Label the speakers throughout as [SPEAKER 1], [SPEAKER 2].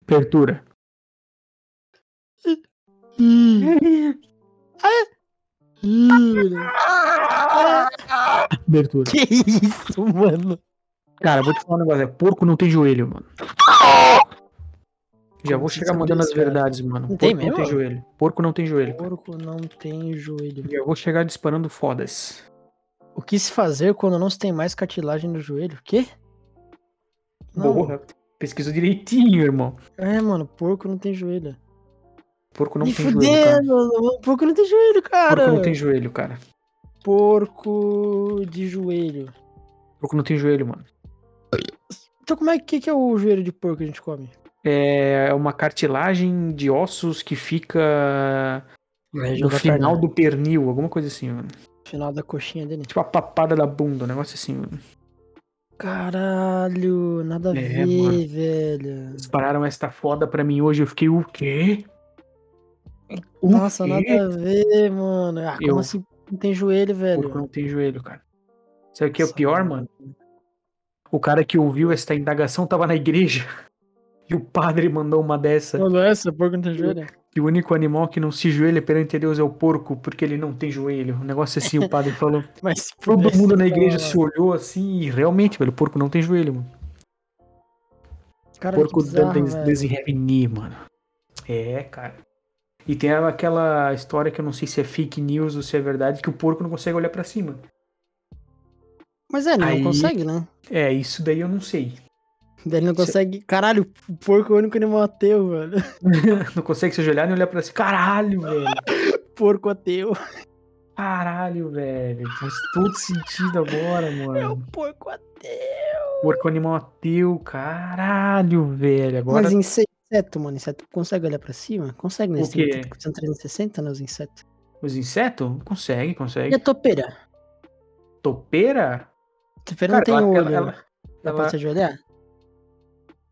[SPEAKER 1] Apertura. Hum, Abertura.
[SPEAKER 2] Que isso, mano?
[SPEAKER 1] Cara, vou te falar um negócio. É porco não tem joelho, mano. Já
[SPEAKER 2] Como
[SPEAKER 1] vou
[SPEAKER 2] você
[SPEAKER 1] chegar
[SPEAKER 2] sabe
[SPEAKER 1] mandando as
[SPEAKER 2] disso, cara?
[SPEAKER 1] verdades, mano.
[SPEAKER 2] Não tem
[SPEAKER 1] porco
[SPEAKER 2] mesmo?
[SPEAKER 1] não tem joelho. Porco não tem joelho.
[SPEAKER 2] Porco não tem joelho.
[SPEAKER 1] Já vou chegar disparando fodas.
[SPEAKER 2] O que se fazer quando não se tem mais cartilagem no joelho? O quê? Não.
[SPEAKER 1] Porra. Pesquisa direitinho, irmão.
[SPEAKER 2] É, mano, porco não tem joelho.
[SPEAKER 1] Porco não
[SPEAKER 2] Me
[SPEAKER 1] tem joelho, cara.
[SPEAKER 2] fudendo, mano, porco não tem joelho, cara.
[SPEAKER 1] Porco não tem joelho, cara.
[SPEAKER 2] Porco de joelho.
[SPEAKER 1] Porco não tem joelho, mano.
[SPEAKER 2] Então como é que, que é o joelho de porco que a gente come?
[SPEAKER 1] É uma cartilagem de ossos que fica É, no final do pernil, alguma coisa assim, mano.
[SPEAKER 2] do né? final da coxinha dele.
[SPEAKER 1] Tipo a papada da bunda, um negócio assim, mano.
[SPEAKER 2] Caralho, nada a
[SPEAKER 1] É,
[SPEAKER 2] ver,
[SPEAKER 1] mano.
[SPEAKER 2] velho.
[SPEAKER 1] Dispararam esta foda pra mim hoje, eu fiquei, o quê? O
[SPEAKER 2] Nossa,
[SPEAKER 1] quê?
[SPEAKER 2] nada a ver, mano. Ah,
[SPEAKER 1] Eu-
[SPEAKER 2] como assim não tem joelho, velho?
[SPEAKER 1] Porco não tem joelho, cara. Sabe o que é o
[SPEAKER 2] Nossa,
[SPEAKER 1] pior, mano? O cara que ouviu esta indagação tava na igreja. E o padre mandou uma dessa.
[SPEAKER 2] Não, não é essa, porco não tem joelho.
[SPEAKER 1] Que o único animal que não se joelha perante Deus é o porco, porque ele não tem joelho. Um negócio assim, o padre falou.
[SPEAKER 2] Mas se
[SPEAKER 1] Todo
[SPEAKER 2] pudesse,
[SPEAKER 1] mundo na
[SPEAKER 2] tá
[SPEAKER 1] igreja
[SPEAKER 2] lá.
[SPEAKER 1] se olhou assim e realmente, velho, o porco não tem joelho, mano.
[SPEAKER 2] Cara, que
[SPEAKER 1] porco
[SPEAKER 2] bizarro,
[SPEAKER 1] doesn't
[SPEAKER 2] velho.
[SPEAKER 1] doesn't have knee, mano. É, cara. E tem aquela história que eu não sei se é fake news ou se é verdade, que o porco não consegue olhar pra cima.
[SPEAKER 2] Mas é, ele
[SPEAKER 1] Aí-
[SPEAKER 2] não consegue, né?
[SPEAKER 1] É, isso daí eu não sei.
[SPEAKER 2] Daí ele não
[SPEAKER 1] Cê-
[SPEAKER 2] consegue. Caralho, o porco é o único animal ateu, velho.
[SPEAKER 1] Não consegue se ajoelhar nem olhar pra cima. Caralho, velho.
[SPEAKER 2] Porco ateu.
[SPEAKER 1] Caralho, velho. Faz todo sentido agora,
[SPEAKER 2] É o
[SPEAKER 1] mano.
[SPEAKER 2] porco ateu.
[SPEAKER 1] Porco é um animal ateu. Caralho, velho. Agora.
[SPEAKER 2] Mas inse- inseto, mano, inseto consegue olhar pra cima? Consegue,
[SPEAKER 1] O
[SPEAKER 2] né? Eles
[SPEAKER 1] quê?
[SPEAKER 2] têm 360, né? Os insetos.
[SPEAKER 1] Os insetos? Consegue,
[SPEAKER 2] E
[SPEAKER 1] consegue.
[SPEAKER 2] a topeira?
[SPEAKER 1] Topeira?
[SPEAKER 2] Topeira
[SPEAKER 1] Cara,
[SPEAKER 2] não tem
[SPEAKER 1] ela-
[SPEAKER 2] olho. né?
[SPEAKER 1] ela- ela-
[SPEAKER 2] Dá
[SPEAKER 1] ela-
[SPEAKER 2] pra se ajoelhar?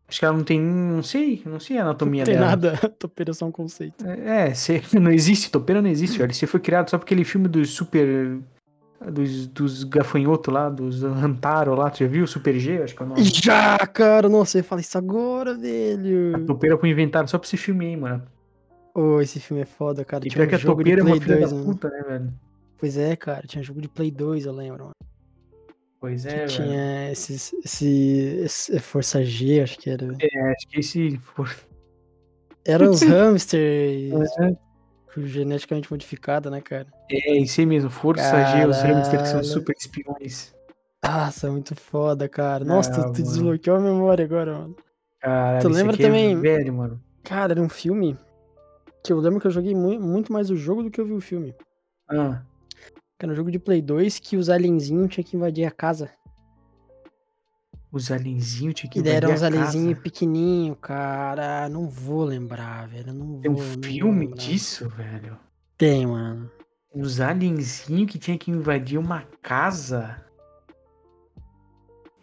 [SPEAKER 1] Acho que ela não tem. Não sei. Não sei a anatomia
[SPEAKER 2] Não tem
[SPEAKER 1] dela.
[SPEAKER 2] nada. Topeira é só um conceito.
[SPEAKER 1] É, se- não existe. Topeira não existe, velho. Você foi criado só porque aquele filme dos super. Dos, dos gafanhotos lá, dos Antaro lá, tu já viu? Super G, acho que é o nome.
[SPEAKER 2] Já, cara, nossa, eu falei isso agora,
[SPEAKER 1] A
[SPEAKER 2] velho.
[SPEAKER 1] topeira foi inventada só pra esse filme aí, mano.
[SPEAKER 2] Ô, esse filme é foda, cara.
[SPEAKER 1] E
[SPEAKER 2] Tinha
[SPEAKER 1] pior
[SPEAKER 2] um
[SPEAKER 1] que a
[SPEAKER 2] jogo de
[SPEAKER 1] topeira é
[SPEAKER 2] Play
[SPEAKER 1] uma filha
[SPEAKER 2] 2,
[SPEAKER 1] da
[SPEAKER 2] mano.
[SPEAKER 1] puta, né, velho?
[SPEAKER 2] Pois é, cara, tinha jogo de Play 2, eu lembro, mano.
[SPEAKER 1] Pois
[SPEAKER 2] Que
[SPEAKER 1] é, velho.
[SPEAKER 2] tinha esses, esse, esse- é Força G, acho que era.
[SPEAKER 1] É, acho que esse.
[SPEAKER 2] Eram os hamsters
[SPEAKER 1] É,
[SPEAKER 2] geneticamente modificados, né, cara?
[SPEAKER 1] é isso aí mesmo. Força G, os hamsters que são
[SPEAKER 2] Caralho.
[SPEAKER 1] super espiões.
[SPEAKER 2] Nossa, é muito foda, cara. Nossa,
[SPEAKER 1] Ah,
[SPEAKER 2] tu, tu
[SPEAKER 1] mano.
[SPEAKER 2] desbloqueou a memória agora, mano.
[SPEAKER 1] Caralho,
[SPEAKER 2] Tu
[SPEAKER 1] isso
[SPEAKER 2] lembra
[SPEAKER 1] aqui é
[SPEAKER 2] também-
[SPEAKER 1] velho, mano.
[SPEAKER 2] Cara, era um filme que eu lembro que eu joguei mu- muito mais o jogo do que eu vi o filme.
[SPEAKER 1] Ah,
[SPEAKER 2] Que Era um jogo de Play 2 que os alienzinhos tinham que invadir a casa.
[SPEAKER 1] os alienzinhos tinha que
[SPEAKER 2] E daí eram uns
[SPEAKER 1] invadir a casa.
[SPEAKER 2] alienzinhos pequenininhos, cara. Não vou lembrar, velho. Não
[SPEAKER 1] Tem
[SPEAKER 2] vou.
[SPEAKER 1] um
[SPEAKER 2] não vou
[SPEAKER 1] filme
[SPEAKER 2] lembrar.
[SPEAKER 1] disso, velho.
[SPEAKER 2] Tem, mano.
[SPEAKER 1] Os alienzinhos que tinha que invadir uma casa.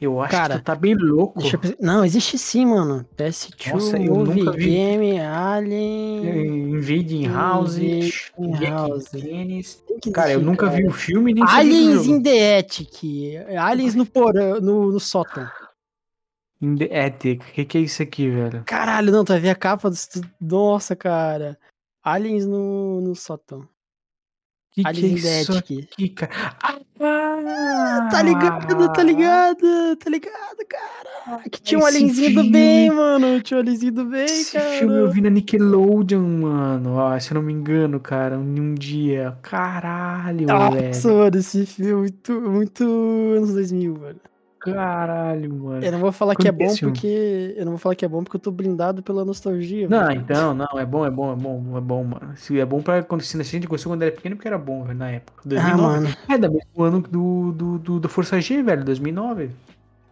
[SPEAKER 1] Eu acho
[SPEAKER 2] Cara,
[SPEAKER 1] que tu tá bem louco.
[SPEAKER 2] Deixa eu pensar- Não, existe sim, mano. PS2,
[SPEAKER 1] Nossa, eu
[SPEAKER 2] Movie,
[SPEAKER 1] nunca vi.
[SPEAKER 2] Game, Alien.
[SPEAKER 1] Invading House,
[SPEAKER 2] Invading
[SPEAKER 1] É, Jack
[SPEAKER 2] House.
[SPEAKER 1] Dennis.
[SPEAKER 2] Tem que
[SPEAKER 1] Cara, eu
[SPEAKER 2] existir,
[SPEAKER 1] nunca
[SPEAKER 2] cara.
[SPEAKER 1] vi um o filme nem sabia do
[SPEAKER 2] é. Aliens
[SPEAKER 1] jogo.
[SPEAKER 2] in the Attic. Aliens no porão, no, no sótão.
[SPEAKER 1] In the Attic. O que, que é isso aqui, velho?
[SPEAKER 2] Caralho, não, tu vai ver a capa do... Nossa, cara. Aliens no, no sótão.
[SPEAKER 1] Que que é
[SPEAKER 2] Aliens in the
[SPEAKER 1] isso
[SPEAKER 2] Attic.
[SPEAKER 1] aqui, cara? Ah!
[SPEAKER 2] Tá ligado, tá ligado, tá ligado, cara. Que tinha um
[SPEAKER 1] Esse
[SPEAKER 2] alienzinho do
[SPEAKER 1] filme-
[SPEAKER 2] bem, mano. Tinha um alienzinho do bem,
[SPEAKER 1] Esse
[SPEAKER 2] cara.
[SPEAKER 1] filme é eu vi na Nickelodeon, mano. Ó, se eu não me engano, cara, um, um dia. Caralho,
[SPEAKER 2] Nossa,
[SPEAKER 1] velho.
[SPEAKER 2] mano, esse filme é muito, muito anos 2000, mano.
[SPEAKER 1] Caralho, mano.
[SPEAKER 2] Eu não vou falar que é
[SPEAKER 1] Quando que é
[SPEAKER 2] bom
[SPEAKER 1] esse filme?
[SPEAKER 2] porque. Eu não vou falar que é bom porque eu tô blindado pela nostalgia.
[SPEAKER 1] Não,
[SPEAKER 2] velho.
[SPEAKER 1] então, não, é bom, é bom, é bom, é bom, mano. Se é bom pra quando se a gente gostou quando era pequeno, porque era bom, velho, na época.
[SPEAKER 2] Ah,
[SPEAKER 1] 2009.
[SPEAKER 2] mano.
[SPEAKER 1] é, da mesmo ano do, do, do, do Força G, velho, 2009.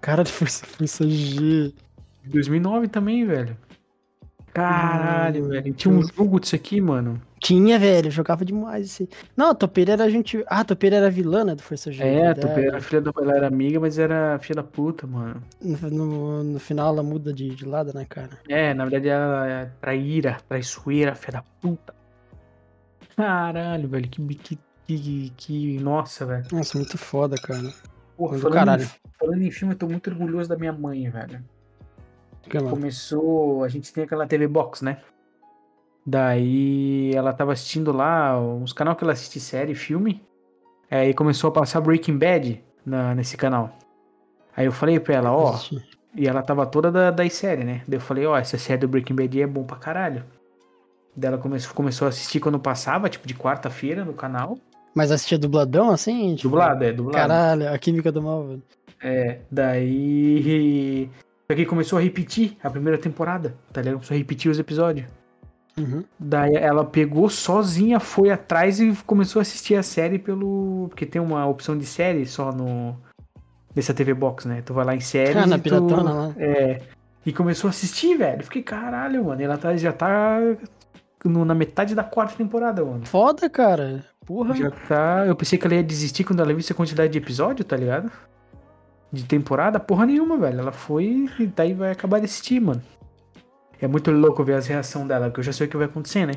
[SPEAKER 2] Cara, força, força G.
[SPEAKER 1] 2009 também, velho. Caralho,
[SPEAKER 2] Hum,
[SPEAKER 1] velho. Tinha um jogo disso aqui, mano.
[SPEAKER 2] Tinha, velho, eu jogava demais esse. Não, a Topeira era a gente. Ah, a Topeira era a vilã, né, do Força G.
[SPEAKER 1] É, a
[SPEAKER 2] verdade.
[SPEAKER 1] Topeira era filha da. Ela era amiga, mas era filha da puta, mano.
[SPEAKER 2] No, no, no final ela muda de, de lado, né, cara?
[SPEAKER 1] É, na verdade ela é traíra, traiçoeira, filha da puta. Caralho, velho. Que. que, que, que nossa, velho.
[SPEAKER 2] Nossa, muito foda, cara.
[SPEAKER 1] Porra,
[SPEAKER 2] Do
[SPEAKER 1] falando,
[SPEAKER 2] caralho.
[SPEAKER 1] Em, falando em filme, eu tô muito orgulhoso da minha mãe, velho.
[SPEAKER 2] Que lá.
[SPEAKER 1] começou. A gente tem aquela TV Box, né? Daí ela tava assistindo lá uns canal que ela assiste série, filme. É, e começou a passar Breaking Bad na- nesse canal. Aí eu falei pra ela, ó,
[SPEAKER 2] Assisti.
[SPEAKER 1] e ela tava toda da, das séries, né? Daí eu falei, ó, essa série do Breaking Bad é bom pra caralho. Daí ela começou, começou a assistir quando passava, tipo de quarta-feira no canal.
[SPEAKER 2] Mas assistia dubladão assim? Tipo,
[SPEAKER 1] Dublado, é, dublado.
[SPEAKER 2] Caralho, a química do mal, velho.
[SPEAKER 1] É, daí. Só que começou a repetir a primeira temporada, tá ligado? Começou a repetir os episódios.
[SPEAKER 2] Uhum.
[SPEAKER 1] Daí ela pegou sozinha, foi atrás e começou a assistir a série pelo. Porque tem uma opção de série só no. Nessa TV Box, né? Tu vai lá em série.
[SPEAKER 2] Ah, na
[SPEAKER 1] e tu-
[SPEAKER 2] piratona lá.
[SPEAKER 1] É. E começou a assistir, velho. Fiquei, caralho, mano. Ela tá, já tá no- na metade da quarta temporada, mano.
[SPEAKER 2] Foda, cara. Porra.
[SPEAKER 1] Já tá. Eu pensei que ela ia desistir quando ela visse a quantidade de episódio, tá ligado? De temporada, porra nenhuma, velho. Ela foi e daí vai acabar de assistir, mano. É muito louco ver as reações dela, porque eu já sei o que vai acontecer, né?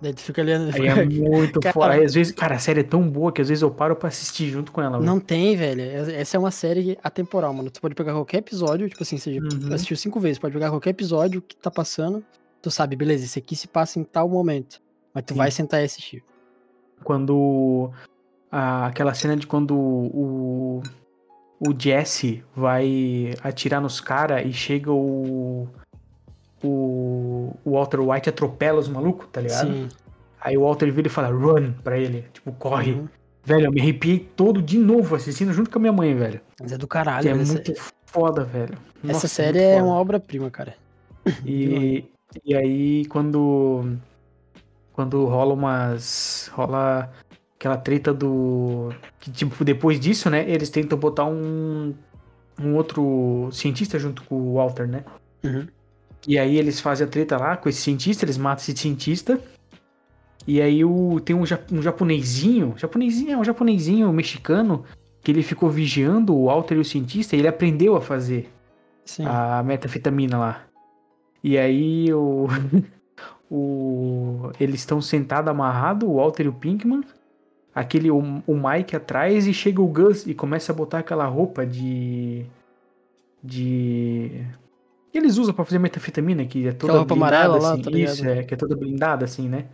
[SPEAKER 2] Daí tu fica ali.
[SPEAKER 1] Aí é muito
[SPEAKER 2] Cara.
[SPEAKER 1] foda. Aí às vezes, cara, a série é tão boa que às vezes eu paro pra assistir junto com ela. velho.
[SPEAKER 2] Não tem, velho. Essa é uma série atemporal, mano. Tu pode pegar qualquer episódio, tipo assim, seja,
[SPEAKER 1] Uhum.
[SPEAKER 2] assistiu cinco vezes, pode pegar qualquer episódio que tá passando. Tu sabe, beleza, esse aqui se passa em tal momento. Mas tu
[SPEAKER 1] Sim.
[SPEAKER 2] vai sentar e assistir.
[SPEAKER 1] Quando. a- aquela cena de quando o. O Jesse vai atirar nos caras e chega o. O. O Walter White atropela os malucos, tá ligado?
[SPEAKER 2] Sim.
[SPEAKER 1] Aí o Walter vira e fala, run pra ele. Tipo, corre.
[SPEAKER 2] Uhum.
[SPEAKER 1] Velho, eu me arrepiei todo de novo assistindo junto com a minha mãe, velho.
[SPEAKER 2] Mas é do caralho,
[SPEAKER 1] Que é
[SPEAKER 2] velho. essa-
[SPEAKER 1] muito foda, velho.
[SPEAKER 2] Essa
[SPEAKER 1] Nossa,
[SPEAKER 2] série
[SPEAKER 1] muito
[SPEAKER 2] é
[SPEAKER 1] foda.
[SPEAKER 2] uma obra-prima, cara.
[SPEAKER 1] E, e aí, quando. Quando rola umas. rola aquela treta do. Que, tipo, depois disso, né? Eles tentam botar um. um outro cientista junto com o Walter, né?
[SPEAKER 2] Uhum.
[SPEAKER 1] E aí eles fazem a treta lá com esse cientista, eles matam esse cientista. E aí o, tem um, ja- um japonesinho, japonesinho é um japonesinho mexicano, que ele ficou vigiando o Walter e o cientista e ele aprendeu a fazer
[SPEAKER 2] Sim.
[SPEAKER 1] a metafetamina lá. E aí o, o eles estão sentados amarrados, o Walter e o Pinkman, aquele o, o Mike atrás e chega o Gus e começa a botar aquela roupa de de que eles usam pra fazer metafetamina que é toda
[SPEAKER 2] Aquela roupa
[SPEAKER 1] blindada
[SPEAKER 2] amarela lá,
[SPEAKER 1] assim,
[SPEAKER 2] tá ligado?
[SPEAKER 1] isso, é, que é toda blindada assim, né?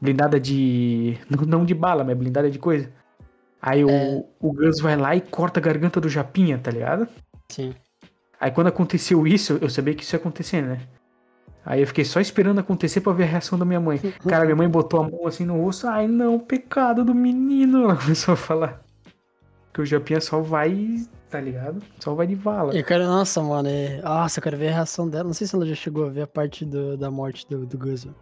[SPEAKER 1] Blindada de não, não de bala, mas blindada de coisa. Aí
[SPEAKER 2] É.
[SPEAKER 1] o, o Gus vai lá e corta a garganta do Japinha, tá ligado?
[SPEAKER 2] Sim.
[SPEAKER 1] Aí quando aconteceu isso, eu sabia que isso ia acontecer, né? Aí eu fiquei só esperando acontecer pra ver a reação da minha mãe. Cara, minha mãe botou a mão assim no rosto. Ai, não, pecado do menino. Ela começou a falar. Que o Japinha só vai, tá ligado? Só vai de vala.
[SPEAKER 2] Eu quero, nossa, mano. é- Nossa, eu quero ver a reação dela. Não sei se ela já chegou a ver a parte do- da morte do, do Gus. velho.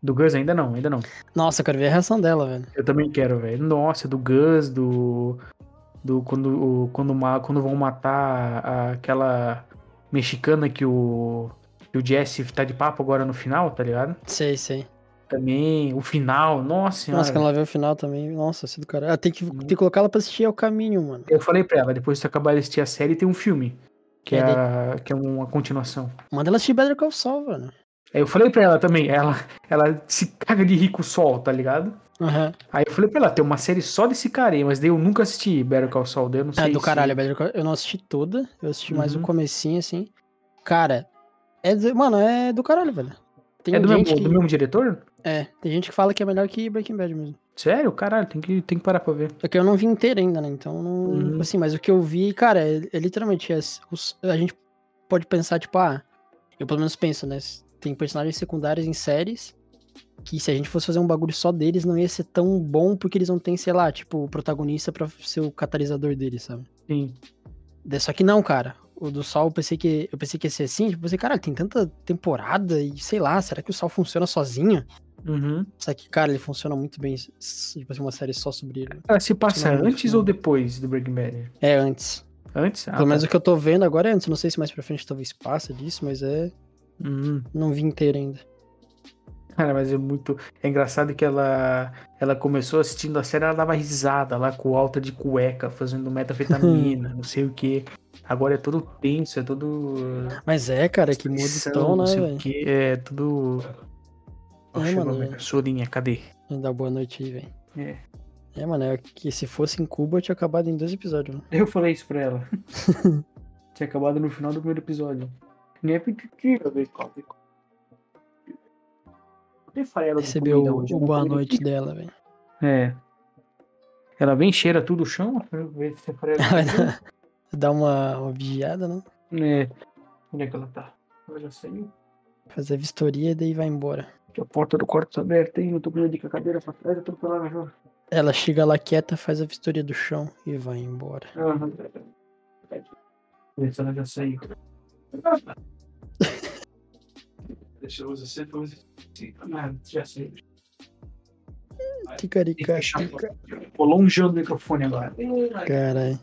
[SPEAKER 1] Do Gus ainda não, ainda não.
[SPEAKER 2] Nossa, eu quero ver a reação dela, velho.
[SPEAKER 1] Eu também quero, velho. Nossa, do Gus, do. Do. Quando, o- quando, ma- quando vão matar a- aquela mexicana que o. Que o Jesse tá de papo agora no final, tá ligado?
[SPEAKER 2] Sei, sei.
[SPEAKER 1] Também. O final, nossa senhora.
[SPEAKER 2] Nossa, quando ela vê o final também. Nossa, isso do caralho. Ah, Tem que, tem que colocar ela pra assistir ao caminho, mano.
[SPEAKER 1] Eu falei pra ela, depois que você acabar de assistir a série, tem um filme. Que é,
[SPEAKER 2] É, daí-
[SPEAKER 1] a- que é uma continuação.
[SPEAKER 2] Manda ela é assistir Better Call Saul, mano.
[SPEAKER 1] Aí eu falei pra ela também, ela, ela se caga de rico sol, tá ligado?
[SPEAKER 2] Aham.
[SPEAKER 1] Aí eu falei pra ela, tem uma série só desse cara aí, mas daí eu nunca assisti Better Call Saul, daí eu não sei
[SPEAKER 2] É do
[SPEAKER 1] se-
[SPEAKER 2] caralho, Better Call Eu não assisti toda, eu assisti mais o
[SPEAKER 1] Uhum.
[SPEAKER 2] comecinho, assim. Cara, é do- mano, é do caralho, velho. Tem
[SPEAKER 1] É do
[SPEAKER 2] gente
[SPEAKER 1] mesmo,
[SPEAKER 2] que,
[SPEAKER 1] do mesmo diretor?
[SPEAKER 2] É, tem gente que fala que é melhor que Breaking Bad mesmo.
[SPEAKER 1] Sério? Caralho, tem que, tem que parar pra ver.
[SPEAKER 2] É que eu não vi inteiro ainda, né? Então, não,
[SPEAKER 1] Uhum.
[SPEAKER 2] assim, mas o que eu vi, cara, é, é literalmente, é s- os- a gente pode pensar, tipo, ah, eu pelo menos penso, né? s- Tem personagens secundários em séries que se a gente fosse fazer um bagulho só deles, não ia ser tão bom porque eles não têm, sei lá, tipo, o protagonista pra ser o catalisador deles, sabe?
[SPEAKER 1] Sim.
[SPEAKER 2] Daí, Só que não, cara. O do Sol eu pensei que eu pensei que ia ser assim. Tipo, eu pensei, caralho, tem tanta temporada e sei lá, será que o Sol funciona sozinho?
[SPEAKER 1] Uhum.
[SPEAKER 2] Só que, cara, ele funciona muito bem. s- s- Tipo assim, uma série só sobre ele.
[SPEAKER 1] Ela se passa
[SPEAKER 2] Não, não
[SPEAKER 1] antes
[SPEAKER 2] sei.
[SPEAKER 1] ou depois do Breaking Bad?
[SPEAKER 2] É antes.
[SPEAKER 1] Antes? Ah,
[SPEAKER 2] né? Pelo menos
[SPEAKER 1] tá.
[SPEAKER 2] o que eu tô vendo agora é antes. Não sei se mais pra frente talvez passa disso, mas é.
[SPEAKER 1] Uhum.
[SPEAKER 2] Não vi inteiro ainda.
[SPEAKER 1] Cara, mas é muito. É engraçado que ela ela começou assistindo a série, ela dava risada lá com alta de cueca, fazendo metafetamina, não sei o que. Agora é todo tenso, é todo.
[SPEAKER 2] Mas é, cara, que muda o
[SPEAKER 1] Missão,
[SPEAKER 2] tom,
[SPEAKER 1] não
[SPEAKER 2] né,
[SPEAKER 1] sei o
[SPEAKER 2] velho?
[SPEAKER 1] quê. É tudo.
[SPEAKER 2] É,
[SPEAKER 1] Ó, chegou
[SPEAKER 2] mano. é.
[SPEAKER 1] a minha cachorrinha, cadê?
[SPEAKER 2] Dá boa noite aí, velho.
[SPEAKER 1] É.
[SPEAKER 2] É, mano, é que se fosse em Cuba eu tinha acabado em dois episódios, mano.
[SPEAKER 1] Eu falei isso pra ela. Tinha acabado no final do primeiro episódio. Nem é petitiva, Defarela
[SPEAKER 2] Recebeu o,
[SPEAKER 1] né?
[SPEAKER 2] o boa noite dela, velho.
[SPEAKER 1] É. Ela vem cheira tudo o chão, pra ver se é pra ela.
[SPEAKER 2] Dá uma, uma vigiada, né?
[SPEAKER 1] É. Onde é que ela tá? Ela já saiu.
[SPEAKER 2] Fazer a vistoria e daí vai embora.
[SPEAKER 1] Que a porta do quarto tá aberta, hein? Eu tô com medo de que a cadeira pra trás, eu tô pela melhor.
[SPEAKER 2] Ela chega lá quieta, faz a vistoria do chão e vai embora.
[SPEAKER 1] Aham. Vê se Ah, ela já saiu. Deixa eu assim, usar sempre Ah, já saiu.
[SPEAKER 2] Ticaricatica.
[SPEAKER 1] Vou longeando o microfone agora.
[SPEAKER 2] Caralho.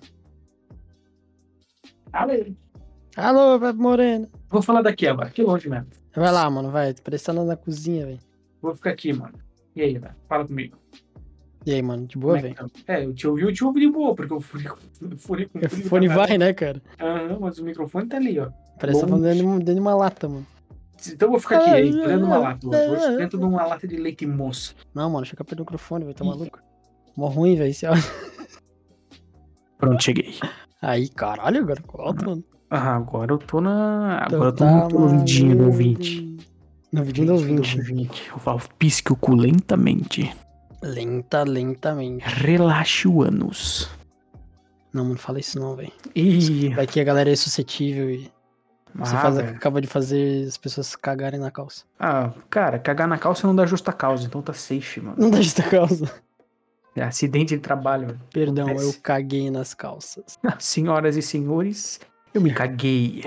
[SPEAKER 1] Fala aí.
[SPEAKER 2] Alô, Pepe Moreno.
[SPEAKER 1] Vou falar daqui agora, que longe mesmo.
[SPEAKER 2] Vai lá, mano, vai. Tô Parecendo na cozinha, velho.
[SPEAKER 1] Vou ficar aqui, mano. E aí, velho? Fala comigo.
[SPEAKER 2] E aí, mano, de
[SPEAKER 1] Como
[SPEAKER 2] boa,
[SPEAKER 1] é,
[SPEAKER 2] velho?
[SPEAKER 1] que tá? é, eu te ouvi, eu te ouvi de boa, porque eu furei com furei com
[SPEAKER 2] O fone vai, né, cara?
[SPEAKER 1] Aham, mas o microfone tá ali, ó.
[SPEAKER 2] Parece que
[SPEAKER 1] Longe.
[SPEAKER 2] tá falando dentro de um- dentro de uma lata, mano.
[SPEAKER 1] Então eu vou ficar aqui,
[SPEAKER 2] Ah,
[SPEAKER 1] aí, dentro de uma lata.
[SPEAKER 2] é,
[SPEAKER 1] hoje,
[SPEAKER 2] é.
[SPEAKER 1] Dentro de uma lata de leite moço.
[SPEAKER 2] Não, mano, chega perto do microfone, velho. Tá
[SPEAKER 1] Ih.
[SPEAKER 2] maluco? Mó ruim, velho. esse áudio.
[SPEAKER 1] Pronto, cheguei.
[SPEAKER 2] Aí, caralho, agora ficou alto, mano.
[SPEAKER 1] Ah, agora eu tô na.
[SPEAKER 2] Então
[SPEAKER 1] Agora
[SPEAKER 2] tá
[SPEAKER 1] eu tô no, no vidinho do
[SPEAKER 2] maluco.
[SPEAKER 1] ouvinte.
[SPEAKER 2] No vidinho do ouvinte.
[SPEAKER 1] Eu falo, pisque o cu lentamente.
[SPEAKER 2] Lenta, lentamente.
[SPEAKER 1] Relaxe o ânus.
[SPEAKER 2] Não, mano, fala isso não, velho.
[SPEAKER 1] E.
[SPEAKER 2] Daqui a galera é suscetível e você
[SPEAKER 1] Ah,
[SPEAKER 2] faz,
[SPEAKER 1] velho.
[SPEAKER 2] acaba de fazer as pessoas cagarem na calça.
[SPEAKER 1] Ah, cara, cagar na calça não dá justa causa, então tá safe, mano.
[SPEAKER 2] Não dá justa causa.
[SPEAKER 1] É acidente de trabalho. mano.
[SPEAKER 2] Perdão,
[SPEAKER 1] Acontece.
[SPEAKER 2] eu caguei nas calças.
[SPEAKER 1] Senhoras e senhores, eu me caguei.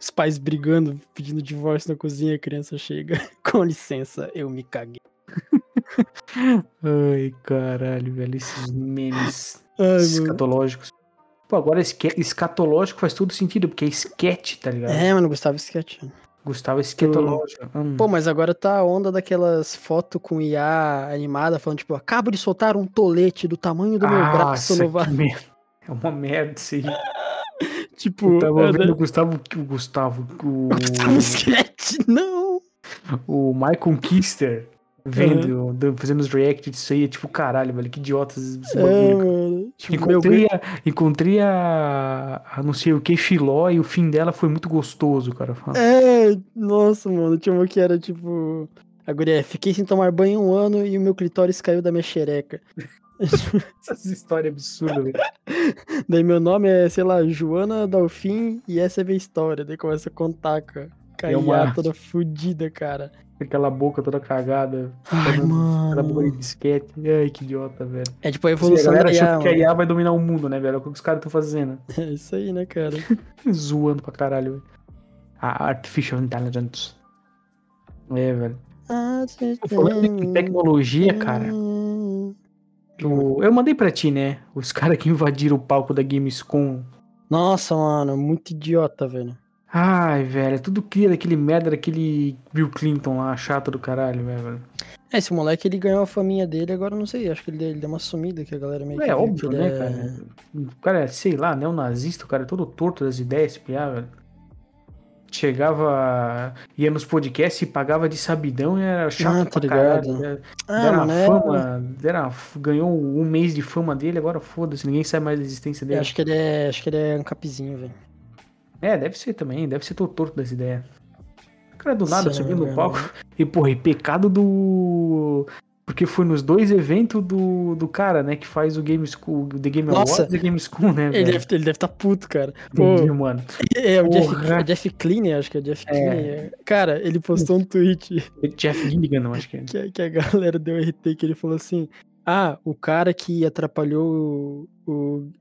[SPEAKER 2] Os pais brigando, pedindo divórcio na cozinha, a criança chega. Com licença, eu me caguei.
[SPEAKER 1] Ai, caralho, velho, esses memes
[SPEAKER 2] Ai, mano.
[SPEAKER 1] escatológicos. Pô, agora esque- escatológico faz todo sentido, porque é esquete, tá ligado?
[SPEAKER 2] É, mano, Gustavo Sketch.
[SPEAKER 1] Gustavo esquetológico. Hum.
[SPEAKER 2] Pô, mas agora tá a onda daquelas fotos com IA animada falando, tipo, acabo de soltar um tolete do tamanho do meu braço
[SPEAKER 1] Nossa,
[SPEAKER 2] no va-"
[SPEAKER 1] Ah, que merda. É uma merda isso aí.
[SPEAKER 2] Tipo,
[SPEAKER 1] Eu tava
[SPEAKER 2] é,
[SPEAKER 1] vendo o
[SPEAKER 2] né?
[SPEAKER 1] Gustavo, o Gustavo, o,
[SPEAKER 2] Gustavo Sketch, não!
[SPEAKER 1] o Michael Kister vendo, do- fazendo os react disso aí, é tipo, caralho, velho, que idiotas esse
[SPEAKER 2] É,
[SPEAKER 1] bagulho.
[SPEAKER 2] mano. Tipo, meu
[SPEAKER 1] Encontrei, a, encontrei a, a não sei o que filó e o fim dela foi muito gostoso, cara. Fala,
[SPEAKER 2] É, nossa, mano, tinha uma que era tipo. A guria, fiquei sem tomar banho um ano e o meu clitóris caiu da minha xereca.
[SPEAKER 1] Essas histórias absurdas, né? velho.
[SPEAKER 2] Daí meu nome é, sei lá, Joana Dalfim e essa é a minha história. Daí começa a contar, cara. Caiu
[SPEAKER 1] uma-
[SPEAKER 2] toda fudida, cara.
[SPEAKER 1] Aquela boca toda cagada.
[SPEAKER 2] Ai,
[SPEAKER 1] Aquela boca
[SPEAKER 2] mano.
[SPEAKER 1] de disquete. Ai, que idiota, velho.
[SPEAKER 2] É tipo a
[SPEAKER 1] Assim, a
[SPEAKER 2] evolução
[SPEAKER 1] galera
[SPEAKER 2] da IA,
[SPEAKER 1] achou que a
[SPEAKER 2] mano.
[SPEAKER 1] IA vai dominar o mundo, né, velho? É o que os caras estão fazendo. Tá
[SPEAKER 2] É isso aí, né, cara?
[SPEAKER 1] Zoando pra caralho, velho. A Artificial Intelligence. É, velho.
[SPEAKER 2] Ah,
[SPEAKER 1] Falando
[SPEAKER 2] Hum.
[SPEAKER 1] em tecnologia, cara. o- Eu mandei pra ti, né? Os caras que invadiram o palco da Gamescom.
[SPEAKER 2] Nossa, mano, muito idiota, velho.
[SPEAKER 1] Ai, velho, é tudo cria daquele merda daquele Bill Clinton lá, chato do caralho, né, velho.
[SPEAKER 2] É, esse moleque, ele ganhou a faminha dele, agora eu não sei, acho que ele deu, ele deu uma sumida que a galera meio que
[SPEAKER 1] É
[SPEAKER 2] viu
[SPEAKER 1] óbvio,
[SPEAKER 2] que ele
[SPEAKER 1] né,
[SPEAKER 2] é-
[SPEAKER 1] cara? O cara é, sei lá, neonazista, o cara é todo torto das ideias, esse piá, velho. Chegava, ia nos podcasts e pagava de sabidão e era chato
[SPEAKER 2] Ah,
[SPEAKER 1] pra
[SPEAKER 2] tá
[SPEAKER 1] caralho.
[SPEAKER 2] ligado.
[SPEAKER 1] né?
[SPEAKER 2] Ah,
[SPEAKER 1] deram a
[SPEAKER 2] mano, é...
[SPEAKER 1] fama, deram a f- ganhou um mês de fama dele, agora foda-se, ninguém sabe mais da existência
[SPEAKER 2] Eu
[SPEAKER 1] dele.
[SPEAKER 2] acho que ele é, acho que ele é um capzinho, velho.
[SPEAKER 1] É, deve ser também, deve ser todo torto das ideias. O cara do nada
[SPEAKER 2] Sim,
[SPEAKER 1] subiu no
[SPEAKER 2] é,
[SPEAKER 1] palco e, porra, e pecado do. Porque foi nos dois eventos do, do cara, né, que faz o Game School, o The Game
[SPEAKER 2] Nossa.
[SPEAKER 1] Awards e o Game School, né,
[SPEAKER 2] Ele
[SPEAKER 1] velho?
[SPEAKER 2] deve, ele deve tá puto, cara.
[SPEAKER 1] Entendi,
[SPEAKER 2] Pô,
[SPEAKER 1] mano.
[SPEAKER 2] é, o Jeff,
[SPEAKER 1] Porra.
[SPEAKER 2] é Jeff Clean, acho que é Jeff Clean. Cara, ele postou um tweet
[SPEAKER 1] Jeff Gilligan, eu acho que é.
[SPEAKER 2] que, a- que a galera deu RT, que ele falou assim, ah, o cara que atrapalhou o, o,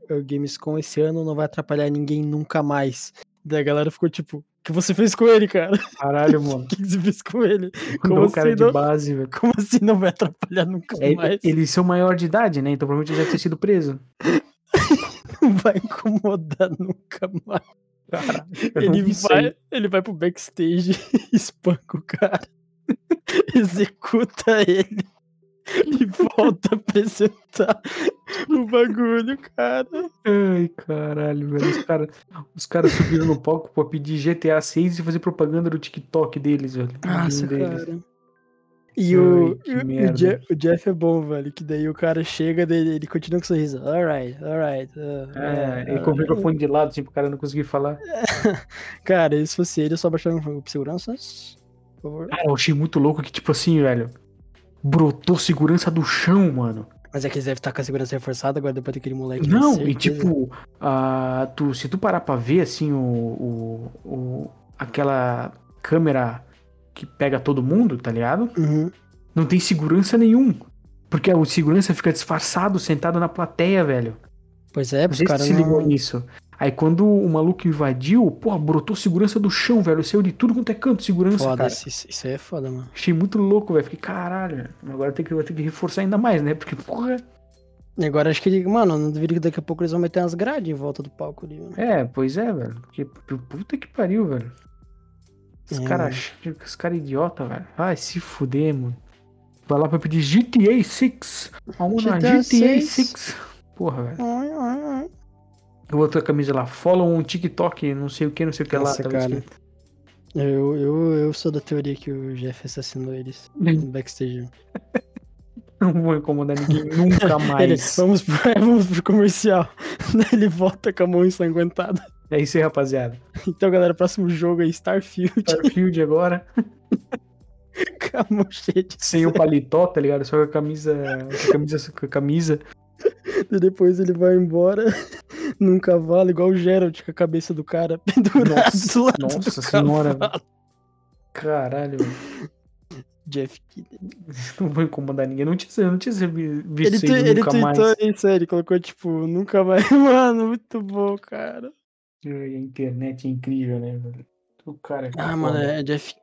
[SPEAKER 2] o Gamescom esse ano não vai atrapalhar ninguém nunca mais. Daí a galera ficou tipo, o que você fez com ele, cara?
[SPEAKER 1] Caralho, mano.
[SPEAKER 2] O que você fez com ele? Como
[SPEAKER 1] Mandou o
[SPEAKER 2] assim
[SPEAKER 1] cara é de
[SPEAKER 2] não-
[SPEAKER 1] base, velho.
[SPEAKER 2] Como assim não vai atrapalhar nunca
[SPEAKER 1] É,
[SPEAKER 2] mais?
[SPEAKER 1] eles são maior de idade, né? Então provavelmente já deve ter sido preso.
[SPEAKER 2] Não vai incomodar nunca mais.
[SPEAKER 1] Caralho, eu
[SPEAKER 2] Ele
[SPEAKER 1] não sei.
[SPEAKER 2] vai, ele vai pro backstage, espanca o cara, executa ele e volta a apresentar o bagulho, cara.
[SPEAKER 1] Ai, caralho, velho. Os caras os cara subiram no palco pra pedir GTA 6 e fazer propaganda do TikTok deles, velho. Tadinho deles.
[SPEAKER 2] E o,
[SPEAKER 1] Ai, que
[SPEAKER 2] e o- e o,
[SPEAKER 1] merda.
[SPEAKER 2] Jeff, o Jeff é bom, velho, que daí o cara chega, daí ele continua com o sorriso. Alright, uh, é, alright.
[SPEAKER 1] Ah. É, ele com o microfone de lado, assim, pro cara não conseguir falar.
[SPEAKER 2] Cara, se fosse ele, eu só baixava um jogo de seguranças. Por favor.
[SPEAKER 1] Cara, eu achei muito louco que, tipo assim, velho. Brotou segurança do chão, mano.
[SPEAKER 2] Mas é que eles devem estar com a segurança reforçada agora depois daquele moleque. né?
[SPEAKER 1] Não, e
[SPEAKER 2] Certeza.
[SPEAKER 1] tipo, ah, tu, se tu parar pra ver, assim, o, o, o- aquela câmera que pega todo mundo, tá ligado?
[SPEAKER 2] Uhum.
[SPEAKER 1] Não tem segurança nenhum. Porque o segurança fica disfarçado, sentado na plateia, velho.
[SPEAKER 2] Pois é,
[SPEAKER 1] Não
[SPEAKER 2] os
[SPEAKER 1] sei se
[SPEAKER 2] caras
[SPEAKER 1] se ligou
[SPEAKER 2] não.
[SPEAKER 1] nisso. Aí quando o maluco invadiu, porra, brotou segurança do chão, velho. Saiu de tudo quanto é canto, segurança, cara.
[SPEAKER 2] Foda-se, isso, isso aí é foda, mano.
[SPEAKER 1] Achei muito louco, velho. Fiquei, caralho, agora tem que, vai ter que reforçar ainda mais, né? Porque, porra.
[SPEAKER 2] E agora acho que ele. Mano, não duvido que daqui a pouco eles vão meter umas grades em volta do palco ali, mano.
[SPEAKER 1] É, pois é, velho. Porque, pu- puta que pariu, velho. Os
[SPEAKER 2] É, mano.
[SPEAKER 1] caras. Os caras idiota, velho. Ai, se fuder, mano. Vai lá pra pedir GTA 6. Vamos na
[SPEAKER 2] GTA
[SPEAKER 1] GTA
[SPEAKER 2] 6.
[SPEAKER 1] 6. Porra, velho.
[SPEAKER 2] Ai, ai, ai.
[SPEAKER 1] Eu vou ter a camisa lá. Follow um TikTok, não sei o que, não sei o que
[SPEAKER 2] Nossa,
[SPEAKER 1] lá. tá
[SPEAKER 2] cara.
[SPEAKER 1] Tava escrito.
[SPEAKER 2] Eu, eu, eu sou da teoria que o Jeff assassinou eles no backstage.
[SPEAKER 1] Não vou incomodar ninguém nunca
[SPEAKER 2] Ele,
[SPEAKER 1] mais.
[SPEAKER 2] vamos, pro, vamos pro comercial. Daí ele volta com a mão ensanguentada.
[SPEAKER 1] É isso aí, rapaziada.
[SPEAKER 2] Então, galera, próximo jogo aí, Starfield,
[SPEAKER 1] Starfield agora,
[SPEAKER 2] com a mão cheia de
[SPEAKER 1] sem o paletó, tá ligado? Só com a camisa. Com a camisa. Com a camisa.
[SPEAKER 2] sangue. E depois ele vai embora num cavalo, igual o Geralt, com a cabeça do cara pendurado
[SPEAKER 1] Nossa,
[SPEAKER 2] do lado
[SPEAKER 1] nossa
[SPEAKER 2] do
[SPEAKER 1] senhora,
[SPEAKER 2] cavalo.
[SPEAKER 1] Caralho, velho.
[SPEAKER 2] Jeff Kidder.
[SPEAKER 1] não vou incomodar ninguém. Não tinha, não tinha visto
[SPEAKER 2] Ele,
[SPEAKER 1] isso
[SPEAKER 2] tu,
[SPEAKER 1] aí
[SPEAKER 2] ele
[SPEAKER 1] nunca mais.
[SPEAKER 2] tweetou isso, aí, ele colocou, tipo, nunca mais. Mano, muito bom, cara.
[SPEAKER 1] Ai, A internet é incrível, né, velho? O cara é
[SPEAKER 2] Ah,
[SPEAKER 1] foda.
[SPEAKER 2] mano, é Jeff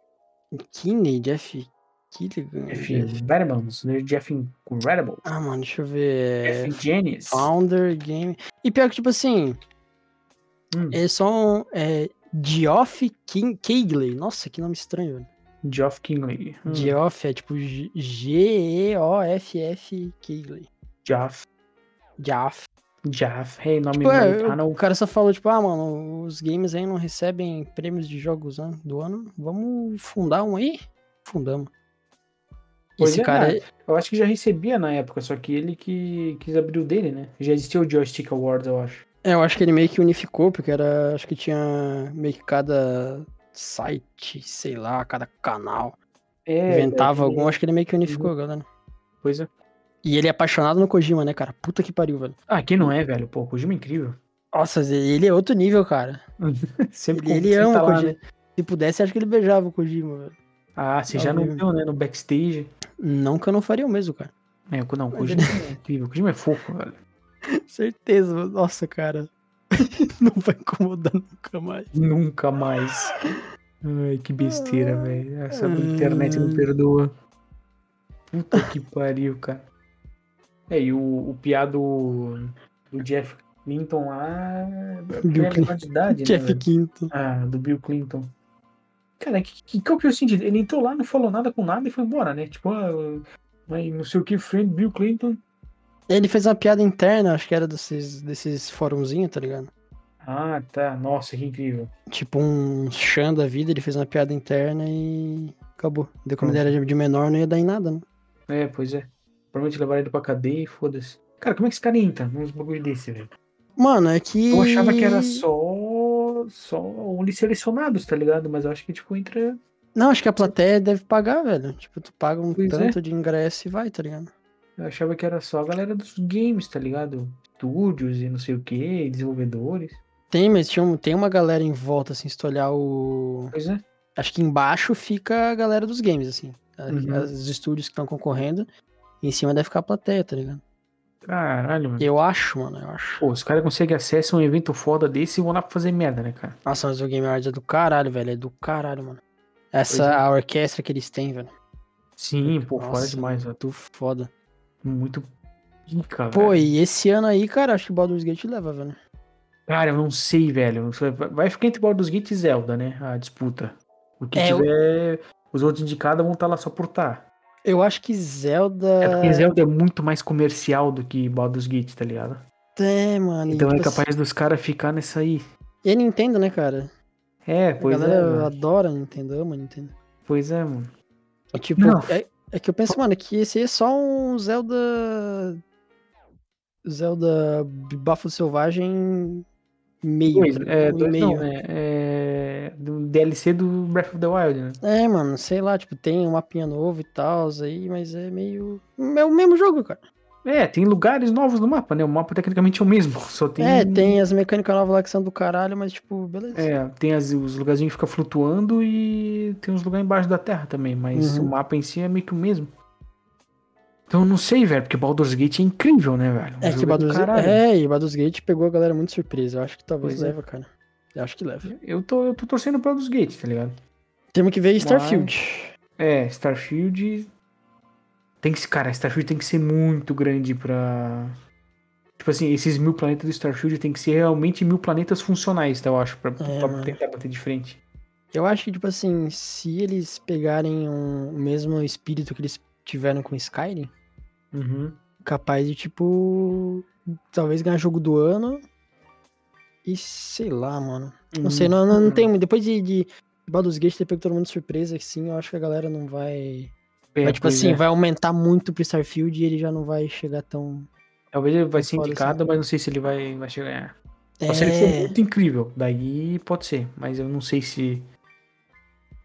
[SPEAKER 2] Kinney, Jeff Killigan.
[SPEAKER 1] Jeff
[SPEAKER 2] Jeff-
[SPEAKER 1] Incredibles, né? Jeff Incredible.
[SPEAKER 2] Ah, mano, deixa eu ver. é,
[SPEAKER 1] Jeff Genius.
[SPEAKER 2] Founder Game. E pior que, tipo assim,
[SPEAKER 1] Hum.
[SPEAKER 2] é só um. É, Geoff King- Keighley. Nossa, que nome estranho, velho.
[SPEAKER 1] Geoff Kingley. Hum.
[SPEAKER 2] Geoff é tipo G- G-E-O-F-F Keighley.
[SPEAKER 1] Geoff.
[SPEAKER 2] Geoff.
[SPEAKER 1] Geoff. Hey, nome tá
[SPEAKER 2] Tipo, é,
[SPEAKER 1] americano.
[SPEAKER 2] o cara só falou, tipo, ah, mano, os games aí não recebem prêmios de jogos né, do ano. Vamos fundar um aí? Fundamos.
[SPEAKER 1] Pois
[SPEAKER 2] Esse
[SPEAKER 1] é,
[SPEAKER 2] cara.
[SPEAKER 1] né? Eu acho que já recebia na época, só que ele que quis abrir o dele, né? Já existia o Joystick Awards, eu acho.
[SPEAKER 2] É, eu acho que ele meio que unificou, porque era. Acho que tinha meio que cada site, sei lá, cada canal.
[SPEAKER 1] É, uhum.
[SPEAKER 2] inventava
[SPEAKER 1] daí-
[SPEAKER 2] algum, acho que ele meio que unificou a galera.
[SPEAKER 1] Pois é.
[SPEAKER 2] E ele é apaixonado no Kojima, né, cara? Puta que pariu, velho.
[SPEAKER 1] Ah, quem não é, velho? Pô, o Kojima é incrível.
[SPEAKER 2] Nossa, ele é outro nível, cara.
[SPEAKER 1] Sempre
[SPEAKER 2] Ele,
[SPEAKER 1] com-
[SPEAKER 2] ele
[SPEAKER 1] sempre
[SPEAKER 2] ama
[SPEAKER 1] tá
[SPEAKER 2] o
[SPEAKER 1] lá,
[SPEAKER 2] Kojima.
[SPEAKER 1] né?
[SPEAKER 2] Se pudesse, acho que ele beijava o Kojima, velho.
[SPEAKER 1] Ah, você já não
[SPEAKER 2] Talvez.
[SPEAKER 1] viu, né? No backstage.
[SPEAKER 2] Não que eu não faria o mesmo, cara.
[SPEAKER 1] É, o- não, o Kojima é incrível. O Kojima é fofo, velho.
[SPEAKER 2] Certeza, mano. nossa, cara. não vai incomodar nunca mais.
[SPEAKER 1] Nunca mais. Ai, que
[SPEAKER 2] Ah,
[SPEAKER 1] besteira, velho. Essa internet não
[SPEAKER 2] Ai.
[SPEAKER 1] perdoa. Puta que pariu, cara. É, e o, o piado do Jeff Clinton lá.
[SPEAKER 2] Bill
[SPEAKER 1] é
[SPEAKER 2] Clinton.
[SPEAKER 1] menor de idade, né,
[SPEAKER 2] Jeff
[SPEAKER 1] velho?
[SPEAKER 2] Quinto.
[SPEAKER 1] Ah, do Bill Clinton. Cara, que, que, qual que é o sentido? Ele entrou lá, não falou nada com nada e foi embora, né? Tipo, ah, mas não sei o que, friend Bill Clinton.
[SPEAKER 2] Ele fez uma piada interna, acho que era desses, desses fórumzinhos, tá ligado?
[SPEAKER 1] Ah, tá. Nossa, que incrível.
[SPEAKER 2] Tipo um chã da vida, ele fez uma piada interna e acabou. Deu como
[SPEAKER 1] Pronto.
[SPEAKER 2] ele era de menor, não ia dar em nada, né?
[SPEAKER 1] É, pois é. Provavelmente levaram ele pra cadeia e foda-se. Cara, como é que esse cara entra nos bagulho desse, velho?
[SPEAKER 2] Mano, é que.
[SPEAKER 1] Eu achava que era só. só only selecionados, tá ligado? Mas eu acho que, tipo, entra.
[SPEAKER 2] Não, acho que a plateia deve pagar, velho. Tipo, tu paga um
[SPEAKER 1] Pois é.
[SPEAKER 2] tanto de ingresso e vai, tá ligado?
[SPEAKER 1] Eu achava que era só a galera dos games, tá ligado? Estúdios e não sei o que, desenvolvedores.
[SPEAKER 2] Tem, mas tinha um- tem uma galera em volta, assim, se tu olhar o.
[SPEAKER 1] Pois é.
[SPEAKER 2] Acho que embaixo fica a galera dos games, assim. A-
[SPEAKER 1] Uhum.
[SPEAKER 2] as- Os estúdios que estão concorrendo. Em cima deve ficar a plateia, tá ligado?
[SPEAKER 1] Caralho, mano.
[SPEAKER 2] Eu acho, mano, eu acho.
[SPEAKER 1] Pô, os caras conseguem acesso a um evento foda desse e vão lá pra fazer merda, né, cara?
[SPEAKER 2] Nossa, mas o Game Awards é do caralho, velho. É do caralho, mano. Essa
[SPEAKER 1] Pois é.
[SPEAKER 2] a orquestra que eles têm, velho.
[SPEAKER 1] Sim, pô, fora
[SPEAKER 2] Nossa,
[SPEAKER 1] demais, velho.
[SPEAKER 2] Muito foda.
[SPEAKER 1] Muito pica,
[SPEAKER 2] Pô,
[SPEAKER 1] velho.
[SPEAKER 2] e esse ano aí, cara, acho que o Baldur's Gate leva, velho.
[SPEAKER 1] Cara, eu não sei, velho. Vai ficar entre Baldur's Gate e Zelda, né? A disputa. O que
[SPEAKER 2] É, eu-
[SPEAKER 1] tiver, os outros indicados vão estar lá só por estar.
[SPEAKER 2] Eu acho que Zelda.
[SPEAKER 1] É porque Zelda é muito mais comercial do que Baldur's Gate, tá ligado?
[SPEAKER 2] É, mano. e
[SPEAKER 1] Então é
[SPEAKER 2] tipo assim-
[SPEAKER 1] capaz dos caras ficar nessa aí.
[SPEAKER 2] E a Nintendo, né, cara?
[SPEAKER 1] É, pois
[SPEAKER 2] a
[SPEAKER 1] é,
[SPEAKER 2] galera
[SPEAKER 1] mano.
[SPEAKER 2] adora a Nintendo, ama a Nintendo.
[SPEAKER 1] pois é, mano.
[SPEAKER 2] É tipo,
[SPEAKER 1] Não.
[SPEAKER 2] é, é que eu penso, mano, que esse aí é só um Zelda. Zelda Bafo Selvagem meio.
[SPEAKER 1] Dois,
[SPEAKER 2] tá ligado?
[SPEAKER 1] é,
[SPEAKER 2] um
[SPEAKER 1] dois
[SPEAKER 2] e meio.
[SPEAKER 1] não, né? É, do DLC do Breath of the Wild, né?
[SPEAKER 2] É, mano, sei lá, tipo, tem um mapinha novo e tal, aí, mas é meio. É o mesmo jogo, cara.
[SPEAKER 1] É, tem lugares novos no mapa, né? O mapa tecnicamente é o mesmo, só tem.
[SPEAKER 2] É, tem as mecânicas novas lá que são do caralho, mas, tipo, beleza.
[SPEAKER 1] É, tem as- os lugarzinhos que ficam flutuando e tem uns lugares embaixo da terra também, mas
[SPEAKER 2] Uhum.
[SPEAKER 1] o mapa em si é meio que o mesmo. Então eu não sei, velho, porque Baldur's Gate é incrível, né, velho? O
[SPEAKER 2] É,
[SPEAKER 1] jogo
[SPEAKER 2] que
[SPEAKER 1] do
[SPEAKER 2] Baldur's Gate.
[SPEAKER 1] caralho.
[SPEAKER 2] É, e Baldur's Gate pegou a galera muito surpresa. Eu acho que talvez
[SPEAKER 1] Pois é.
[SPEAKER 2] leva, cara. Eu acho que leva.
[SPEAKER 1] Eu tô, eu tô torcendo pro Baldur's Gate, tá ligado?
[SPEAKER 2] Temos que ver
[SPEAKER 1] Mas-
[SPEAKER 2] Starfield.
[SPEAKER 1] É, Starfield. Tem que ser. Cara, Starfield tem que ser muito grande pra. Tipo assim, esses mil planetas do Starfield tem que ser realmente mil planetas funcionais, tá? Eu acho, pra, pra
[SPEAKER 2] É, mano.
[SPEAKER 1] tentar bater de frente.
[SPEAKER 2] Eu acho que, tipo assim, se eles pegarem um- o mesmo espírito que eles tiveram com Skyrim,
[SPEAKER 1] Uhum.
[SPEAKER 2] capaz de, tipo, talvez ganhar jogo do ano. E sei lá, mano. Não sei, não, não, não tem. Depois de, de Baldur's Gate ter pego todo mundo de surpresa, assim, eu acho que a galera não vai.
[SPEAKER 1] É,
[SPEAKER 2] vai, tipo
[SPEAKER 1] pois
[SPEAKER 2] assim,
[SPEAKER 1] é.
[SPEAKER 2] vai aumentar muito pro Starfield e ele já não vai chegar tão.
[SPEAKER 1] Talvez ele vai ser
[SPEAKER 2] Foda-se.
[SPEAKER 1] indicado, mas não sei se ele vai, vai chegar.
[SPEAKER 2] assim. É,
[SPEAKER 1] Só se ele for muito incrível. Daí pode ser. Mas eu não sei se.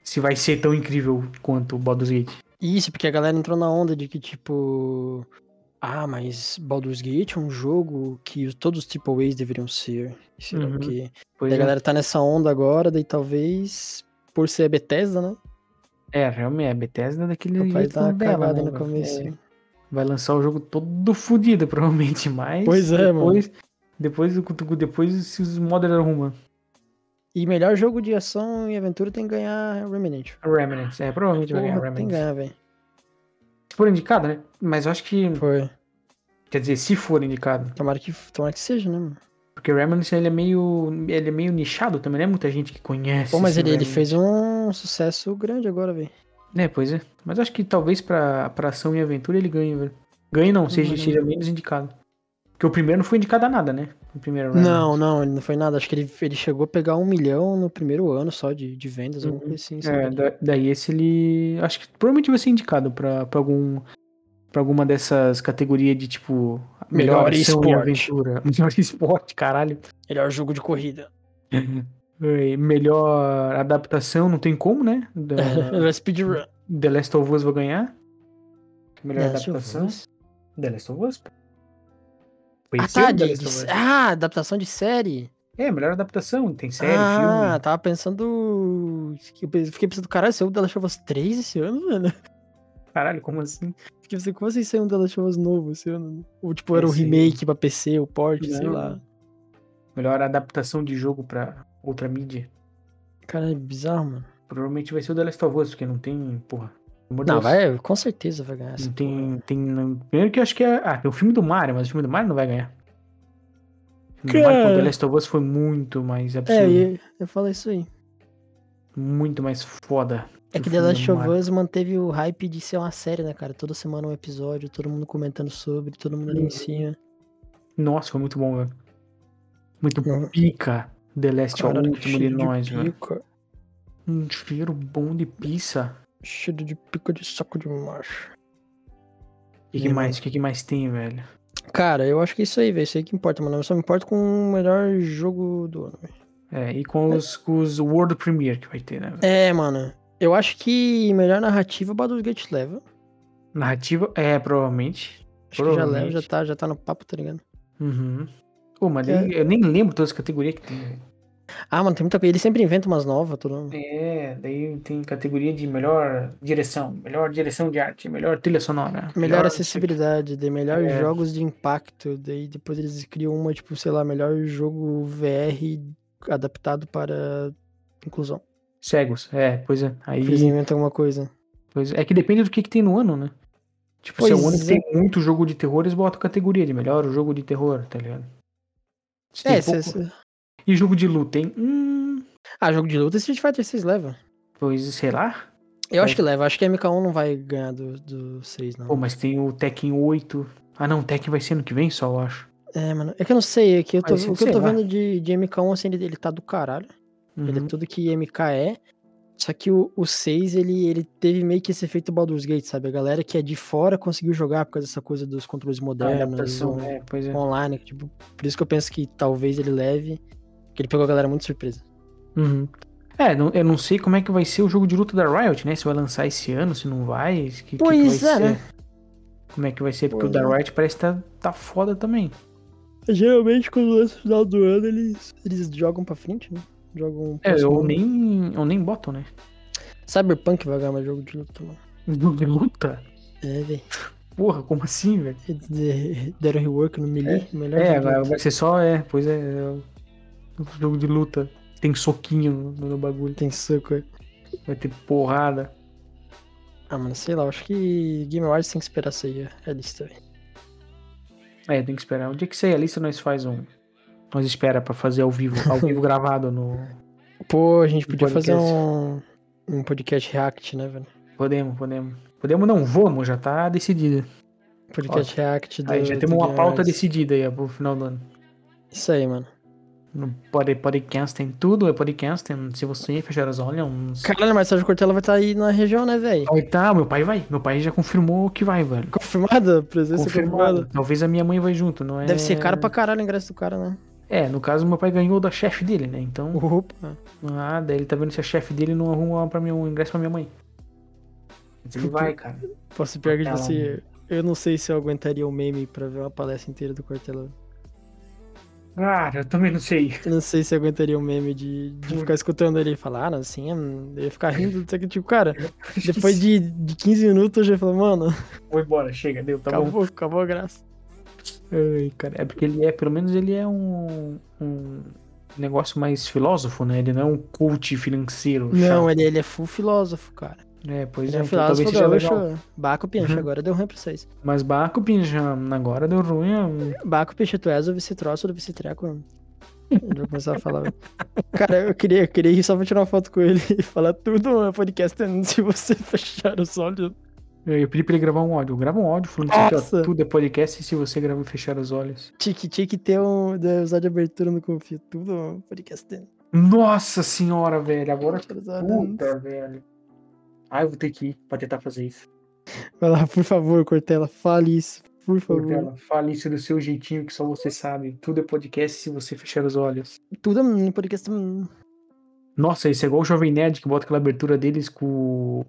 [SPEAKER 1] Se vai ser tão incrível quanto o Baldur's Gate.
[SPEAKER 2] Isso, porque a galera entrou na onda de que, tipo. Ah, mas Baldur's Gate é um jogo que os- todos os AAAs deveriam ser. Sei lá
[SPEAKER 1] Uhum.
[SPEAKER 2] o quê.
[SPEAKER 1] Pois
[SPEAKER 2] Daí a
[SPEAKER 1] é.
[SPEAKER 2] galera tá nessa onda agora, daí talvez. Por ser a Bethesda, né?
[SPEAKER 1] É, realmente, a Bethesda é daquele
[SPEAKER 2] Vai
[SPEAKER 1] jeito
[SPEAKER 2] dar uma
[SPEAKER 1] dela,
[SPEAKER 2] cagada
[SPEAKER 1] né,
[SPEAKER 2] no
[SPEAKER 1] velho?
[SPEAKER 2] começo.
[SPEAKER 1] É, vai lançar o jogo todo fodido, provavelmente, mas...
[SPEAKER 2] Pois é, mano.
[SPEAKER 1] depois, mano. Depois, depois, depois se os modders arrumam.
[SPEAKER 2] E melhor jogo de ação e aventura tem que ganhar Remnant.
[SPEAKER 1] Remnants, é, provavelmente vai ganhar
[SPEAKER 2] Porra, tem que
[SPEAKER 1] Remnants.
[SPEAKER 2] ganhar, velho.
[SPEAKER 1] Se for indicado, né? Mas eu acho que...
[SPEAKER 2] Foi.
[SPEAKER 1] Quer dizer, se for indicado.
[SPEAKER 2] Tomara que, tomara que seja, né, mano?
[SPEAKER 1] Porque Remnants, ele é meio... Ele é meio nichado também, né? Muita gente que conhece.
[SPEAKER 2] Pô, mas
[SPEAKER 1] esse
[SPEAKER 2] ele, ele
[SPEAKER 1] Remnants.
[SPEAKER 2] fez um sucesso grande agora, velho.
[SPEAKER 1] É, pois é. Mas acho que talvez pra, pra ação e aventura ele ganhe, velho. Ganhe não, seja,
[SPEAKER 2] Uhum.
[SPEAKER 1] seja menos indicado. Porque o primeiro não foi indicado a nada, né? O primeiro Remnants.
[SPEAKER 2] Não, não, ele não foi nada. Acho que ele, ele chegou a pegar um milhão no primeiro ano só de, de vendas, alguma
[SPEAKER 1] Uhum.
[SPEAKER 2] coisa assim. sabe?
[SPEAKER 1] É, da- daí esse ele. Acho que provavelmente vai ser indicado pra, pra algum. Pra alguma dessas categorias de tipo.
[SPEAKER 2] Melhor
[SPEAKER 1] ação e
[SPEAKER 2] esporte.
[SPEAKER 1] aventura. Melhor esporte, caralho.
[SPEAKER 2] Melhor jogo de corrida.
[SPEAKER 1] É, Melhor adaptação, não tem como, né? Da,
[SPEAKER 2] Melhor é speedrun. É,
[SPEAKER 1] The Last of Us vai ganhar. Melhor
[SPEAKER 2] Last of
[SPEAKER 1] é adaptação.
[SPEAKER 2] Us.
[SPEAKER 1] The Last of Us. pô.
[SPEAKER 2] Ah,
[SPEAKER 1] Conheceu
[SPEAKER 2] tá,
[SPEAKER 1] The
[SPEAKER 2] de,
[SPEAKER 1] Last
[SPEAKER 2] de-
[SPEAKER 1] of Us?
[SPEAKER 2] ah, adaptação de série.
[SPEAKER 1] É, melhor adaptação. Tem série,
[SPEAKER 2] ah,
[SPEAKER 1] filme.
[SPEAKER 2] tava pensando. Eu fiquei pensando, caralho, saiu o The Last of Us 3 esse ano, mano.
[SPEAKER 1] Caralho, como assim?
[SPEAKER 2] Fiquei pensando, como assim saiu um The Last of Us novo esse ano? Ou tipo, era um
[SPEAKER 1] Esse-
[SPEAKER 2] remake pra PC, o port, sei
[SPEAKER 1] Não.
[SPEAKER 2] lá.
[SPEAKER 1] Melhor adaptação de jogo pra outra mídia.
[SPEAKER 2] Cara, é bizarro, mano.
[SPEAKER 1] Provavelmente vai ser o The Last of Us, porque não tem, porra. Amor
[SPEAKER 2] Não, vai, com certeza vai ganhar essa.
[SPEAKER 1] Não tem, um tem. não- Primeiro que eu acho que é. Ah, tem o filme do Mario, mas o filme do Mario não vai ganhar. O filme do Mario com
[SPEAKER 2] Cara.
[SPEAKER 1] The Last of Us foi muito mais
[SPEAKER 2] porra. É,
[SPEAKER 1] absurdo.
[SPEAKER 2] eu, eu falo isso aí.
[SPEAKER 1] Muito mais foda.
[SPEAKER 2] É que
[SPEAKER 1] o
[SPEAKER 2] The
[SPEAKER 1] filme
[SPEAKER 2] Last
[SPEAKER 1] do
[SPEAKER 2] of
[SPEAKER 1] Mario.
[SPEAKER 2] Us manteve o hype de ser uma série, né, cara? Toda semana um episódio, todo mundo comentando sobre, todo mundo ali
[SPEAKER 1] Uhum.
[SPEAKER 2] em cima.
[SPEAKER 1] Nossa, foi muito bom, velho. Muito
[SPEAKER 2] Uhum.
[SPEAKER 1] pica The Last of Us,
[SPEAKER 2] Caralho, que
[SPEAKER 1] último de
[SPEAKER 2] cheiro um de
[SPEAKER 1] nós, né? velho.
[SPEAKER 2] pica.
[SPEAKER 1] Um cheiro bom de pizza.
[SPEAKER 2] Cheiro de pica de saco de macho.
[SPEAKER 1] O que, que
[SPEAKER 2] Uhum.
[SPEAKER 1] mais? O que, que mais tem, velho?
[SPEAKER 2] Cara, eu acho que é isso aí, velho. Isso aí que importa, mano. Eu só me importo com o melhor jogo do ano, velho.
[SPEAKER 1] É, e com os, com os World Premiere que vai ter, né? velho?
[SPEAKER 2] É, mano. Eu acho que melhor narrativa o Baldur's Gate leva.
[SPEAKER 1] Narrativa? É, provavelmente.
[SPEAKER 2] Acho que já leva,
[SPEAKER 1] Provavelmente.
[SPEAKER 2] já tá, já tá no papo, tá ligado?
[SPEAKER 1] Uhum. Pô, mas daí eu nem lembro todas as categorias que tem. né?
[SPEAKER 2] Ah, mano, tem muita coisa. Ele sempre inventa umas novas, todo mundo.
[SPEAKER 1] É, daí tem categoria de melhor direção, melhor direção de arte, melhor trilha sonora.
[SPEAKER 2] Melhor acessibilidade, de melhor
[SPEAKER 1] É.
[SPEAKER 2] jogos de impacto, daí depois eles criam uma, tipo, sei lá, melhor jogo VR adaptado para inclusão.
[SPEAKER 1] Cegos, é, pois é. Aí,
[SPEAKER 2] Eles inventam alguma coisa.
[SPEAKER 1] pois é. é que depende do que, que tem no ano, né? Tipo, se é um ano
[SPEAKER 2] Pois
[SPEAKER 1] que tem muito jogo de terror, eles botam categoria de melhor jogo de terror, tá ligado? Se tem
[SPEAKER 2] É, se-
[SPEAKER 1] pouco-
[SPEAKER 2] se-
[SPEAKER 1] E jogo de luta, hein? Hum,
[SPEAKER 2] Ah, jogo de luta Street Fighter 6 leva.
[SPEAKER 1] pois sei lá.
[SPEAKER 2] Eu
[SPEAKER 1] É.
[SPEAKER 2] acho que leva, acho que MK1 não vai ganhar do, do 6, não.
[SPEAKER 1] Pô, mas tem o Tekken 8. Ah, não, o Tekken vai ser ano que vem só, eu acho.
[SPEAKER 2] É, mano, é que eu não sei, é que eu tô-
[SPEAKER 1] Mas isso
[SPEAKER 2] o que eu tô
[SPEAKER 1] sei lá.
[SPEAKER 2] vendo de, de MK1, assim, ele, ele tá do caralho. Ele é
[SPEAKER 1] Uhum.
[SPEAKER 2] tudo que MK é. Só que o, o 6, ele, ele teve meio que esse efeito Baldur's Gate, sabe? A galera que é de fora conseguiu jogar por causa dessa coisa dos controles
[SPEAKER 1] A
[SPEAKER 2] modernos,
[SPEAKER 1] adaptação,
[SPEAKER 2] on-
[SPEAKER 1] é, pois é.
[SPEAKER 2] online. Tipo, por isso que eu penso que talvez ele leve. Que ele pegou a galera muito surpresa.
[SPEAKER 1] Uhum. É, não- eu não sei como é que vai ser o jogo de luta da Riot, né? Se vai lançar esse ano, se não vai, que, que que
[SPEAKER 2] Pois
[SPEAKER 1] vai
[SPEAKER 2] é,
[SPEAKER 1] ser.
[SPEAKER 2] né?
[SPEAKER 1] Como é que vai ser? Porque
[SPEAKER 2] Pois
[SPEAKER 1] o da
[SPEAKER 2] é.
[SPEAKER 1] Riot parece que tá, tá foda também.
[SPEAKER 2] Geralmente, quando lança o final do ano, eles, eles jogam pra frente, né? Jogam. pro
[SPEAKER 1] É,
[SPEAKER 2] próximo
[SPEAKER 1] ou
[SPEAKER 2] ano.
[SPEAKER 1] nem, ou nem botam, né?
[SPEAKER 2] Cyberpunk vai ganhar mais jogo de luta, mano.
[SPEAKER 1] Jogo de luta?
[SPEAKER 2] É, velho.
[SPEAKER 1] Porra, como assim, velho?
[SPEAKER 2] Eles de- deram rework no Melee. melhor
[SPEAKER 1] É,
[SPEAKER 2] jogo de
[SPEAKER 1] vai,
[SPEAKER 2] luta.
[SPEAKER 1] vai ser só, é, pois é, é o o jogo de luta. Tem soquinho no, no bagulho,
[SPEAKER 2] Tem soco. é.
[SPEAKER 1] vai ter porrada.
[SPEAKER 2] Ah, mano, sei lá. eu Acho que Game Awards tem que esperar sair a- a lista, velho.
[SPEAKER 1] É, tem que esperar. Onde é que sair a lista nós faz um. Nós espera pra fazer ao vivo, ao vivo gravado no.
[SPEAKER 2] Pô, a gente podia fazer
[SPEAKER 1] podcast.
[SPEAKER 2] um, um podcast react, né, velho?
[SPEAKER 1] Podemos, podemos. Podemos não, vamos, já tá decidida.
[SPEAKER 2] Podcast react do.
[SPEAKER 1] Aí já
[SPEAKER 2] do
[SPEAKER 1] temos uma
[SPEAKER 2] Game
[SPEAKER 1] pauta
[SPEAKER 2] Awards.
[SPEAKER 1] decidida aí ó, pro final do ano.
[SPEAKER 2] Isso aí, mano.
[SPEAKER 1] No pod- podcast tem tudo, é podcast. tem- Se você fechar as olhas, uns.
[SPEAKER 2] Caralho, mas Sérgio Cortella vai estar aí na região, né, velho?
[SPEAKER 1] um Aí tá, meu pai vai. Meu pai já confirmou que vai, velho.
[SPEAKER 2] Confirmada? Presença é
[SPEAKER 1] Confirmado.
[SPEAKER 2] confirmada.
[SPEAKER 1] Talvez a minha mãe vai junto, não é?
[SPEAKER 2] Deve ser caro pra caralho o ingresso do cara, né?
[SPEAKER 1] É, no caso, meu pai ganhou da chefe dele, né? Então,
[SPEAKER 2] Opa.
[SPEAKER 1] ah, daí ele tá vendo se a chefe dele não arruma pra mim, um ingresso pra minha mãe. Mas ele vai, cara.
[SPEAKER 2] Posso pior que tipo
[SPEAKER 1] Ela-
[SPEAKER 2] assim, eu não sei se eu aguentaria o meme pra ver uma palestra inteira do Cortella.
[SPEAKER 1] Cara, eu também não sei.
[SPEAKER 2] Eu não sei se eu aguentaria o meme de, de ficar escutando ele falar, ah, assim, hum, eu ia ficar rindo, só que tipo, cara, depois de, de 15 minutos eu já falo, mano,
[SPEAKER 1] Vou embora, chega, deu, tá bom.
[SPEAKER 2] acabou, acabou a graça.
[SPEAKER 1] Ai, cara, é porque ele é, pelo menos ele é um, um negócio mais filósofo, né? Ele não é um coach financeiro.
[SPEAKER 2] Não, ele, ele é full filósofo, cara.
[SPEAKER 1] chato. é, pois
[SPEAKER 2] Ele
[SPEAKER 1] é,
[SPEAKER 2] é
[SPEAKER 1] então talvez
[SPEAKER 2] filósofo
[SPEAKER 1] seja
[SPEAKER 2] gaúcho.
[SPEAKER 1] legal.
[SPEAKER 2] Baco Pincha,
[SPEAKER 1] Uhum.
[SPEAKER 2] agora deu ruim pra vocês.
[SPEAKER 1] Mas Baco Pinja, agora deu ruim. é,
[SPEAKER 2] Baco Pincha, tu és o vice-troço do vice-treco, mano. Eu vou começar a falar. velho. Cara, eu queria, eu queria ir só pra tirar uma foto com ele e falar tudo no podcast se você fechar os olhos.
[SPEAKER 1] Eu, eu pedi pra ele gravar um áudio. Grava um áudio falando isso aqui, ó,
[SPEAKER 2] Nossa!
[SPEAKER 1] tudo é podcast se você gravar e fechar os olhos.
[SPEAKER 2] Tinha que, tinha que ter um de- usar de abertura no confio. Tudo no podcast tendo.
[SPEAKER 1] Nossa senhora, velho, agora
[SPEAKER 2] Fechar os olhos.
[SPEAKER 1] Puta, velho. Ai, eu vou ter que ir pra tentar fazer isso.
[SPEAKER 2] Vai lá, por favor, Cortella, fale isso. Por favor.
[SPEAKER 1] Portela, fale isso do seu jeitinho que só você sabe. Tudo é podcast se você fechar os olhos.
[SPEAKER 2] Tudo no podcast. hum.
[SPEAKER 1] Nossa, isso é igual o Jovem Nerd que bota aquela abertura deles com o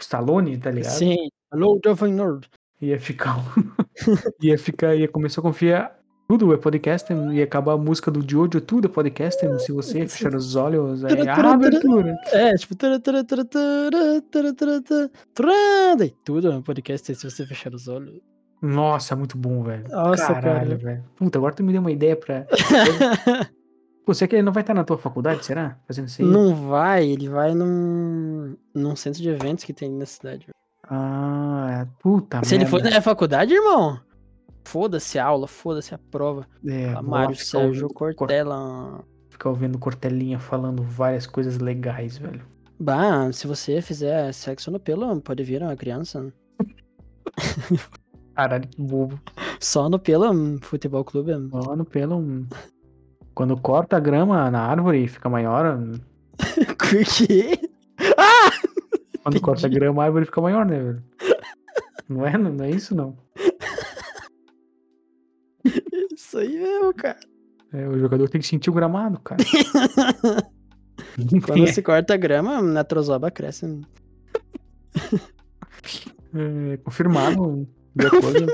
[SPEAKER 1] Stallone, tá ligado?
[SPEAKER 2] Sim. Alô, Jovem Nerd.
[SPEAKER 1] Ia ficar. um- ia ficar, ia começar a confiar. Tudo é podcast, ia acabar a música do Jojo, tudo é podcast. Se você fechar os olhos, é a abertura.
[SPEAKER 2] É, tipo. tara, tara, tara, tara, tara, tara, tara, tara, daí Tudo no podcast se você fechar os olhos.
[SPEAKER 1] Nossa, muito bom, velho.
[SPEAKER 2] Nossa,
[SPEAKER 1] Caralho,
[SPEAKER 2] cara.
[SPEAKER 1] velho. Puta, agora tu me deu uma ideia pra. Pô, será que ele não vai estar na tua faculdade, será? Fazendo isso aí?
[SPEAKER 2] Não vai, ele vai num, num centro de eventos que tem na cidade. velho.
[SPEAKER 1] Ah, puta
[SPEAKER 2] Se ele
[SPEAKER 1] merda.
[SPEAKER 2] for né? na faculdade, irmão, foda-se a aula, foda-se a prova.
[SPEAKER 1] É, vou lá
[SPEAKER 2] Fala, Mário
[SPEAKER 1] ficar
[SPEAKER 2] Sérgio
[SPEAKER 1] ouvindo-
[SPEAKER 2] Cortella.
[SPEAKER 1] Ficar ouvindo Cortelinha falando várias coisas legais, velho.
[SPEAKER 2] Bah, se você fizer sexo no pelo, pode vir uma criança.
[SPEAKER 1] Caralho, que bobo.
[SPEAKER 2] Só no pelo, hum, futebol clube. hum.
[SPEAKER 1] Mano, pelo. um. Quando corta a grama na árvore fica maior.
[SPEAKER 2] Por quê?
[SPEAKER 1] Quando
[SPEAKER 2] Entendi.
[SPEAKER 1] corta a grama, a árvore fica maior, né, velho? Não é, não é isso, não.
[SPEAKER 2] Isso aí mesmo, cara.
[SPEAKER 1] É, o jogador tem que sentir o gramado, cara. Não
[SPEAKER 2] Quando
[SPEAKER 1] tem-
[SPEAKER 2] se corta a grama, hum, a trozoba cresce. hum.
[SPEAKER 1] é, confirmado. de acordo.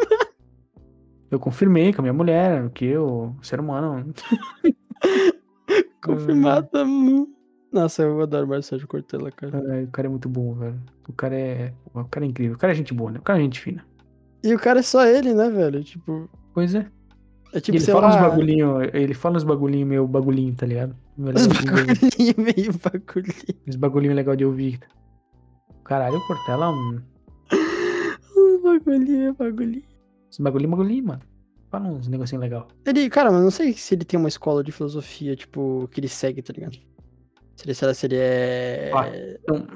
[SPEAKER 1] Eu confirmei com a minha mulher que eu, ser humano.
[SPEAKER 2] Confirmada. hum. Nossa, eu adoro Mário Sérgio Cortella, cara.
[SPEAKER 1] É, o cara é muito bom, velho. O cara é. O cara é incrível. O cara é gente boa, né? O cara é gente fina.
[SPEAKER 2] E o cara é só ele, né, velho? Tipo,
[SPEAKER 1] Pois é.
[SPEAKER 2] é tipo,
[SPEAKER 1] ele
[SPEAKER 2] sei
[SPEAKER 1] fala uns
[SPEAKER 2] lá...
[SPEAKER 1] bagulhinho, ele fala uns bagulhinho meu bagulhinho, tá ligado? Melhor
[SPEAKER 2] Os
[SPEAKER 1] assim, dele.
[SPEAKER 2] bagulhinhos meio bagulhinho.
[SPEAKER 1] Esse bagulhinho legal de ouvir. Caralho, o Cortella, um...
[SPEAKER 2] Os bagulhinhos, bagulhinho.
[SPEAKER 1] esse bagulhinho, bagulhinho, mano. Fala uns negocinho legal.
[SPEAKER 2] Ele, cara, mas não sei se ele tem uma escola de filosofia, tipo, que ele segue, tá ligado? Se ele, sei lá, se ele é.
[SPEAKER 1] Patão.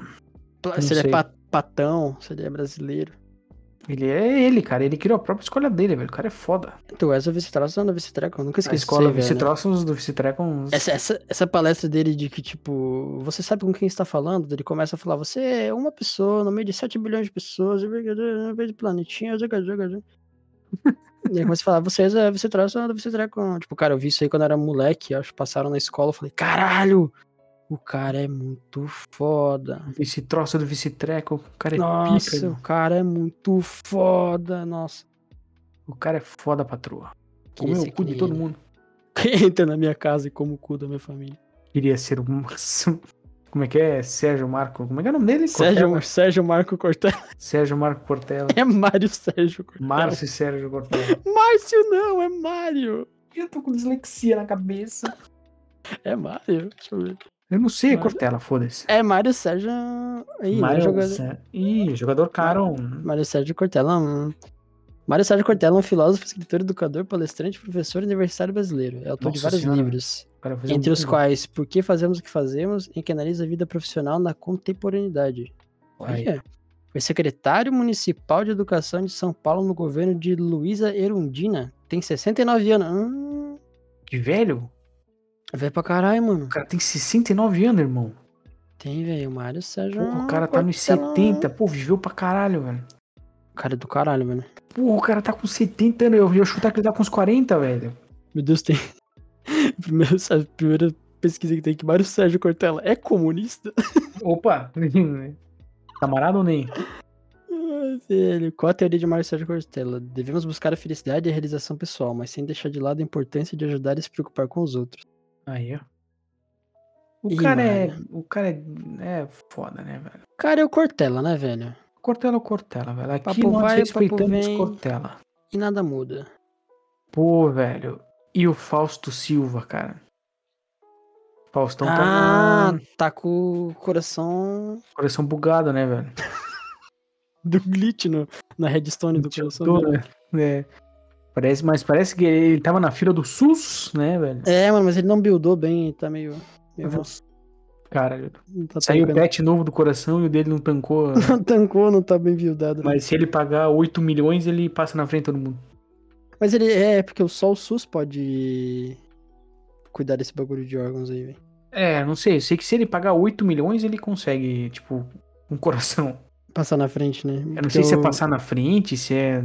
[SPEAKER 2] Pla-
[SPEAKER 1] Não
[SPEAKER 2] Se ele é
[SPEAKER 1] sei.
[SPEAKER 2] pa- patão, se ele é brasileiro.
[SPEAKER 1] Ele é ele, cara. Ele criou a própria escolha dele, velho. O cara é foda.
[SPEAKER 2] Tu és o vice-traço ou não vice-treco? Eu
[SPEAKER 1] A
[SPEAKER 2] nunca esqueci. disso aí,
[SPEAKER 1] escola
[SPEAKER 2] velho,
[SPEAKER 1] vice
[SPEAKER 2] né?
[SPEAKER 1] troços do vice uns...
[SPEAKER 2] Essa, essa, essa palestra dele de que, tipo, você sabe com quem está falando? Ele começa a falar, você é uma pessoa no meio de 7 bilhões de pessoas, no meio de planetinha, joga, joga, joga. E ele começa a falar, vocês é você traz, você traz com. Tipo, cara, eu vi isso aí quando eu era moleque, acho que passaram na escola, eu falei, caralho! O cara é muito foda.
[SPEAKER 1] Esse troço do vice-treco, o cara é
[SPEAKER 2] Nossa,
[SPEAKER 1] pica.
[SPEAKER 2] o cara é muito foda. Nossa.
[SPEAKER 1] O cara é foda, patroa.
[SPEAKER 2] Queria
[SPEAKER 1] Comeu
[SPEAKER 2] ser
[SPEAKER 1] o cu
[SPEAKER 2] que
[SPEAKER 1] de
[SPEAKER 2] nem
[SPEAKER 1] todo
[SPEAKER 2] ele.
[SPEAKER 1] mundo.
[SPEAKER 2] Quem entra na minha casa e como o cu da minha família.
[SPEAKER 1] Queria ser um. Como é que é? Sérgio Marco. Como é que é o nome dele?
[SPEAKER 2] Sérgio,
[SPEAKER 1] Cortella?
[SPEAKER 2] Sérgio Marco Cortella.
[SPEAKER 1] Sérgio Marco Cortella.
[SPEAKER 2] É Mário Sérgio Cortella.
[SPEAKER 1] Márcio e Sérgio Cortella.
[SPEAKER 2] Márcio não, é Mário.
[SPEAKER 1] Eu tô com dislexia na cabeça.
[SPEAKER 2] É Mário. Deixa eu ver.
[SPEAKER 1] Eu não sei,
[SPEAKER 2] Mas-
[SPEAKER 1] Cortella, foda-se.
[SPEAKER 2] É Mário Sérgio. Ih, não é
[SPEAKER 1] Mário
[SPEAKER 2] jogador.
[SPEAKER 1] Sé- Ih, jogador caro. um-
[SPEAKER 2] Mário Sérgio Cortella. hum. Mário Sérgio Cortella é um filósofo, escritor, educador, palestrante, professor universitário brasileiro. É autor de
[SPEAKER 1] Nossa
[SPEAKER 2] vários
[SPEAKER 1] Senhora.
[SPEAKER 2] livros,
[SPEAKER 1] o cara fez um-
[SPEAKER 2] entre os quais Por que Fazemos o que Fazemos, em que analisa a vida profissional na contemporaneidade.
[SPEAKER 1] Aí.
[SPEAKER 2] Olha, foi secretário municipal de educação de São Paulo no governo de Luísa Erundina. Tem 69 anos. Hum,
[SPEAKER 1] Que velho?
[SPEAKER 2] é velho pra caralho, mano.
[SPEAKER 1] O cara tem 69 anos, irmão.
[SPEAKER 2] Tem, velho. O Mário Sérgio.
[SPEAKER 1] Pô, o cara tá nos
[SPEAKER 2] Cortella.
[SPEAKER 1] 70. Pô, viveu pra caralho, velho.
[SPEAKER 2] Cara é do caralho, mano.
[SPEAKER 1] Pô, o cara tá com 70 anos. Eu ia chutar que ele tá com uns 40, velho.
[SPEAKER 2] Meu Deus, tem. Primeiro, a primeira pesquisa que tem que Mário Sérgio Cortella é comunista?
[SPEAKER 1] Opa! Camarada ou nem?
[SPEAKER 2] Ai, Ah, Velho, qual a teoria de Mário Sérgio Cortella? Devemos buscar a felicidade e a realização pessoal, mas sem deixar de lado a importância de ajudar e se preocupar com os outros.
[SPEAKER 1] Aí, ó. O
[SPEAKER 2] Ih,
[SPEAKER 1] cara é. O cara é. É foda, né, velho?
[SPEAKER 2] Cara, é o Cortella, né, velho?
[SPEAKER 1] Cortella ou Cortella, velho? Aqui
[SPEAKER 2] Papo
[SPEAKER 1] nós
[SPEAKER 2] vai, papo
[SPEAKER 1] respeitamos
[SPEAKER 2] vem.
[SPEAKER 1] Cortella.
[SPEAKER 2] E nada muda.
[SPEAKER 1] Pô, velho. E o Fausto Silva, cara? Faustão
[SPEAKER 2] ah,
[SPEAKER 1] tá
[SPEAKER 2] tá com o coração
[SPEAKER 1] com o coração bugado, né, velho?
[SPEAKER 2] do glitch no, na redstone do coração.
[SPEAKER 1] Tiltou,
[SPEAKER 2] dele.
[SPEAKER 1] né? É. Parece, mas parece que ele tava na fila do SUS, né, velho?
[SPEAKER 2] É, mano, mas ele não buildou bem, tá meio. meio
[SPEAKER 1] vou- Cara,
[SPEAKER 2] não tá
[SPEAKER 1] saiu o
[SPEAKER 2] tancando.
[SPEAKER 1] pet novo do coração e o dele não tancou.
[SPEAKER 2] Não tancou, não tá bem buildado.
[SPEAKER 1] mas se ele pagar 8 milhões, ele passa na frente de todo mundo.
[SPEAKER 2] Mas ele é, porque só o SUS pode cuidar desse bagulho de órgãos aí, velho.
[SPEAKER 1] É, não sei. Eu sei que se ele pagar 8 milhões, ele consegue, tipo, um coração.
[SPEAKER 2] Passar na frente, né?
[SPEAKER 1] Eu não sei se é passar na frente, se é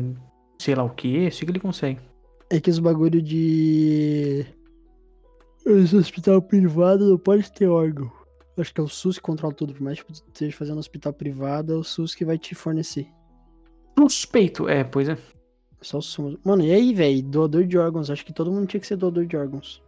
[SPEAKER 1] sei lá o quê. Eu sei que ele consegue.
[SPEAKER 2] É que os bagulho de. Esse hospital privado não pode ter órgão. Eu acho que é o SUS que controla tudo, por mais que tu esteja fazendo um hospital privado, é o SUS que vai te fornecer.
[SPEAKER 1] Suspeito. É, pois é.
[SPEAKER 2] É Só o SUS. Mano, e aí, velho? Doador de órgãos. Acho que todo mundo tinha que ser doador de órgãos.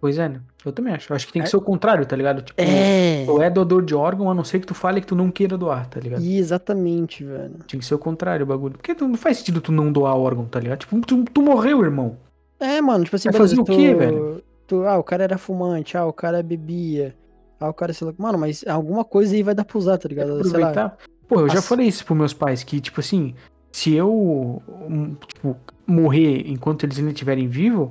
[SPEAKER 1] Pois é, né? Eu também acho. Eu acho que tem que
[SPEAKER 2] É.
[SPEAKER 1] ser o contrário, tá ligado? Tipo,
[SPEAKER 2] É!
[SPEAKER 1] ou é doador de órgão, a não ser que tu fale que tu não queira doar, tá ligado?
[SPEAKER 2] E exatamente, velho.
[SPEAKER 1] Tinha que ser o contrário o bagulho. Porque tu- não faz sentido tu não doar órgão, tá ligado? Tipo, tu, tu morreu, irmão.
[SPEAKER 2] É, mano, tipo assim,
[SPEAKER 1] Vai
[SPEAKER 2] por
[SPEAKER 1] fazer o
[SPEAKER 2] exemplo,
[SPEAKER 1] quê,
[SPEAKER 2] tu-
[SPEAKER 1] velho?
[SPEAKER 2] tu- ah, o cara era fumante, ah, o cara bebia, ah, o cara, sei lá. Mano, mas alguma coisa aí vai dar pra usar, tá ligado? Sei lá.
[SPEAKER 1] É Aproveitar. Pô, eu já
[SPEAKER 2] As-
[SPEAKER 1] falei isso pros meus pais, que, tipo assim, se eu um, tipo, morrer enquanto eles ainda estiverem vivos,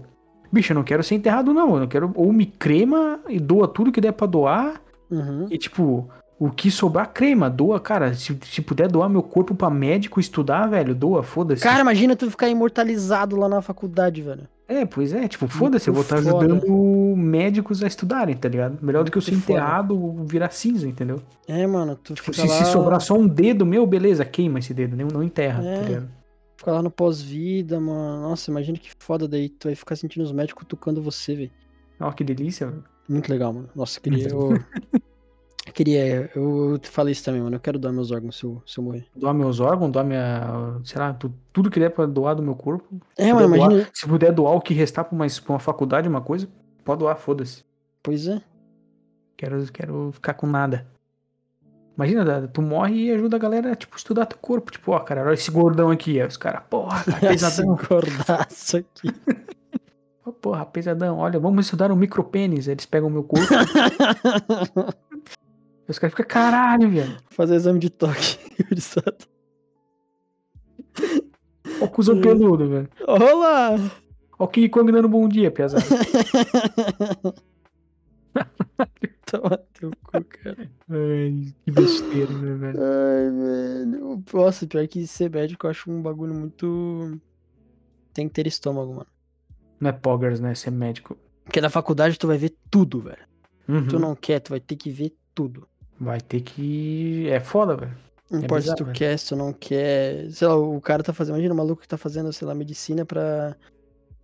[SPEAKER 1] bicho, eu não quero ser enterrado, não. Eu não quero. Ou me crema e doa tudo que der pra doar.
[SPEAKER 2] Uhum.
[SPEAKER 1] E, tipo, o que sobrar, crema, doa, cara. Se, se puder doar meu corpo pra médico estudar, velho, doa, foda-se.
[SPEAKER 2] Cara, imagina tu ficar imortalizado lá na faculdade, velho.
[SPEAKER 1] É, pois é, tipo, foda-se, eu vou
[SPEAKER 2] Muito
[SPEAKER 1] estar
[SPEAKER 2] foda.
[SPEAKER 1] ajudando médicos a estudarem, tá ligado? Melhor do que eu ser
[SPEAKER 2] Muito foda.
[SPEAKER 1] enterrado, virar cinza, entendeu?
[SPEAKER 2] É, mano, tu fica
[SPEAKER 1] Tipo, Se,
[SPEAKER 2] lá,
[SPEAKER 1] se sobrar só um dedo meu, beleza, queima esse dedo, né? não enterra,
[SPEAKER 2] É.
[SPEAKER 1] tá ligado?
[SPEAKER 2] fica lá no pós-vida, mano. Nossa, imagina que foda daí. Tu vai ficar sentindo os médicos tocando você, velho.
[SPEAKER 1] Ó, que delícia, velho.
[SPEAKER 2] Muito legal, mano. Nossa, eu queria. Eu... eu queria. Eu eu falei isso também, mano. Eu quero dar meus órgãos se eu, se eu morrer.
[SPEAKER 1] Doar meus órgãos, doar minha. sei lá, tu- tudo que der pra doar do meu corpo.
[SPEAKER 2] É, mano,
[SPEAKER 1] Doar-
[SPEAKER 2] imagina.
[SPEAKER 1] se puder doar o que restar pra uma, pra uma faculdade, uma coisa, pode doar, foda-se.
[SPEAKER 2] Pois é.
[SPEAKER 1] Quero, quero ficar com nada. Imagina, Dada, tu morre e ajuda a galera, tipo, estudar teu corpo. Tipo, ó, cara, olha esse gordão aqui. Aí os caras, porra, cara,
[SPEAKER 2] Esse
[SPEAKER 1] pesadão.
[SPEAKER 2] gordaço aqui.
[SPEAKER 1] Ô, Porra, pesadão, olha, vamos estudar o micropênis. Aí Eles pegam o meu corpo. e os caras ficam, caralho, velho.
[SPEAKER 2] Fazer exame de toque. gurizada.
[SPEAKER 1] Ó o cuzão peludo, velho.
[SPEAKER 2] Olá!
[SPEAKER 1] Ó o King Kong dando bom dia, pesado.
[SPEAKER 2] Toma teu cu, cara.
[SPEAKER 1] Ai, que besteira, né, velho?
[SPEAKER 2] Ai, velho. Nossa, pior que ser médico eu acho um bagulho muito. Tem que ter estômago, mano.
[SPEAKER 1] Não é poggers, né? Ser médico.
[SPEAKER 2] Porque na faculdade tu vai ver tudo, velho.
[SPEAKER 1] Uhum.
[SPEAKER 2] Tu não quer, tu vai ter que ver tudo.
[SPEAKER 1] Vai ter que. É foda, velho.
[SPEAKER 2] Não
[SPEAKER 1] É
[SPEAKER 2] importa se
[SPEAKER 1] bizarro,
[SPEAKER 2] tu
[SPEAKER 1] velho.
[SPEAKER 2] quer, se tu não quer. Sei lá, o cara tá fazendo. Imagina o maluco que tá fazendo, sei lá, medicina pra.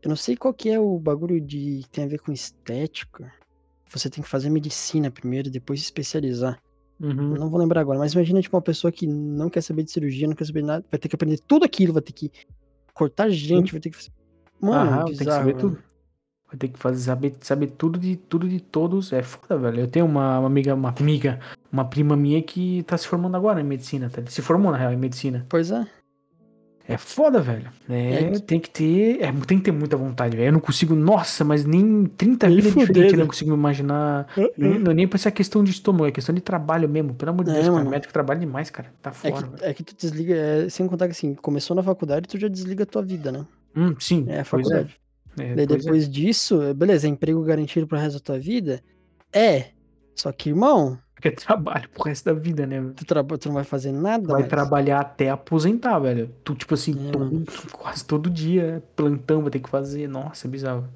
[SPEAKER 2] Eu não sei qual que é o bagulho de. que tem a ver com estética. você tem que fazer medicina primeiro e depois se especializar.
[SPEAKER 1] Uhum.
[SPEAKER 2] Eu Não vou lembrar agora, mas imagina tipo uma pessoa que não quer saber de cirurgia, não quer saber de nada, vai ter que aprender tudo aquilo, vai ter que cortar gente, vai ter que fazer. Mano,
[SPEAKER 1] Aham, Ah, tem que
[SPEAKER 2] bizarro,
[SPEAKER 1] saber
[SPEAKER 2] velho.
[SPEAKER 1] tudo. Vai ter que fazer, saber, saber tudo de tudo de todos. É foda, velho. Eu tenho uma, uma amiga, uma amiga, uma prima minha que tá se formando agora em medicina. Tá? Se formou, na real, em medicina.
[SPEAKER 2] Pois é.
[SPEAKER 1] É foda, velho. É,
[SPEAKER 2] É.
[SPEAKER 1] tem que ter. é, tem que ter muita vontade, velho. Eu não consigo, nossa, mas nem 30
[SPEAKER 2] Nem
[SPEAKER 1] vidas
[SPEAKER 2] fudendo.
[SPEAKER 1] diferentes. Eu não consigo me imaginar. Nem, não é nem pra ser questão de estômago, é questão de trabalho mesmo. Pelo amor de
[SPEAKER 2] É,
[SPEAKER 1] Deus, cara.
[SPEAKER 2] mano.
[SPEAKER 1] Médico trabalha demais, cara. Tá
[SPEAKER 2] É
[SPEAKER 1] fora, velho.
[SPEAKER 2] que, é que tu desliga, é, sem contar que assim, começou na faculdade, tu já desliga a tua vida, né?
[SPEAKER 1] Hum, sim.
[SPEAKER 2] É a
[SPEAKER 1] pois
[SPEAKER 2] faculdade.
[SPEAKER 1] É,
[SPEAKER 2] Daí
[SPEAKER 1] pois é.
[SPEAKER 2] depois disso, beleza, é emprego garantido pro resto da tua vida? É. Só que, irmão,
[SPEAKER 1] Porque é trabalho pro resto da vida, né?
[SPEAKER 2] tu, traba- tu não vai fazer nada
[SPEAKER 1] Vai
[SPEAKER 2] mais.
[SPEAKER 1] trabalhar até aposentar, velho. Tu, tipo assim,
[SPEAKER 2] É,
[SPEAKER 1] todo- quase todo dia, né? plantão, vai ter que fazer. Nossa, é bizarro.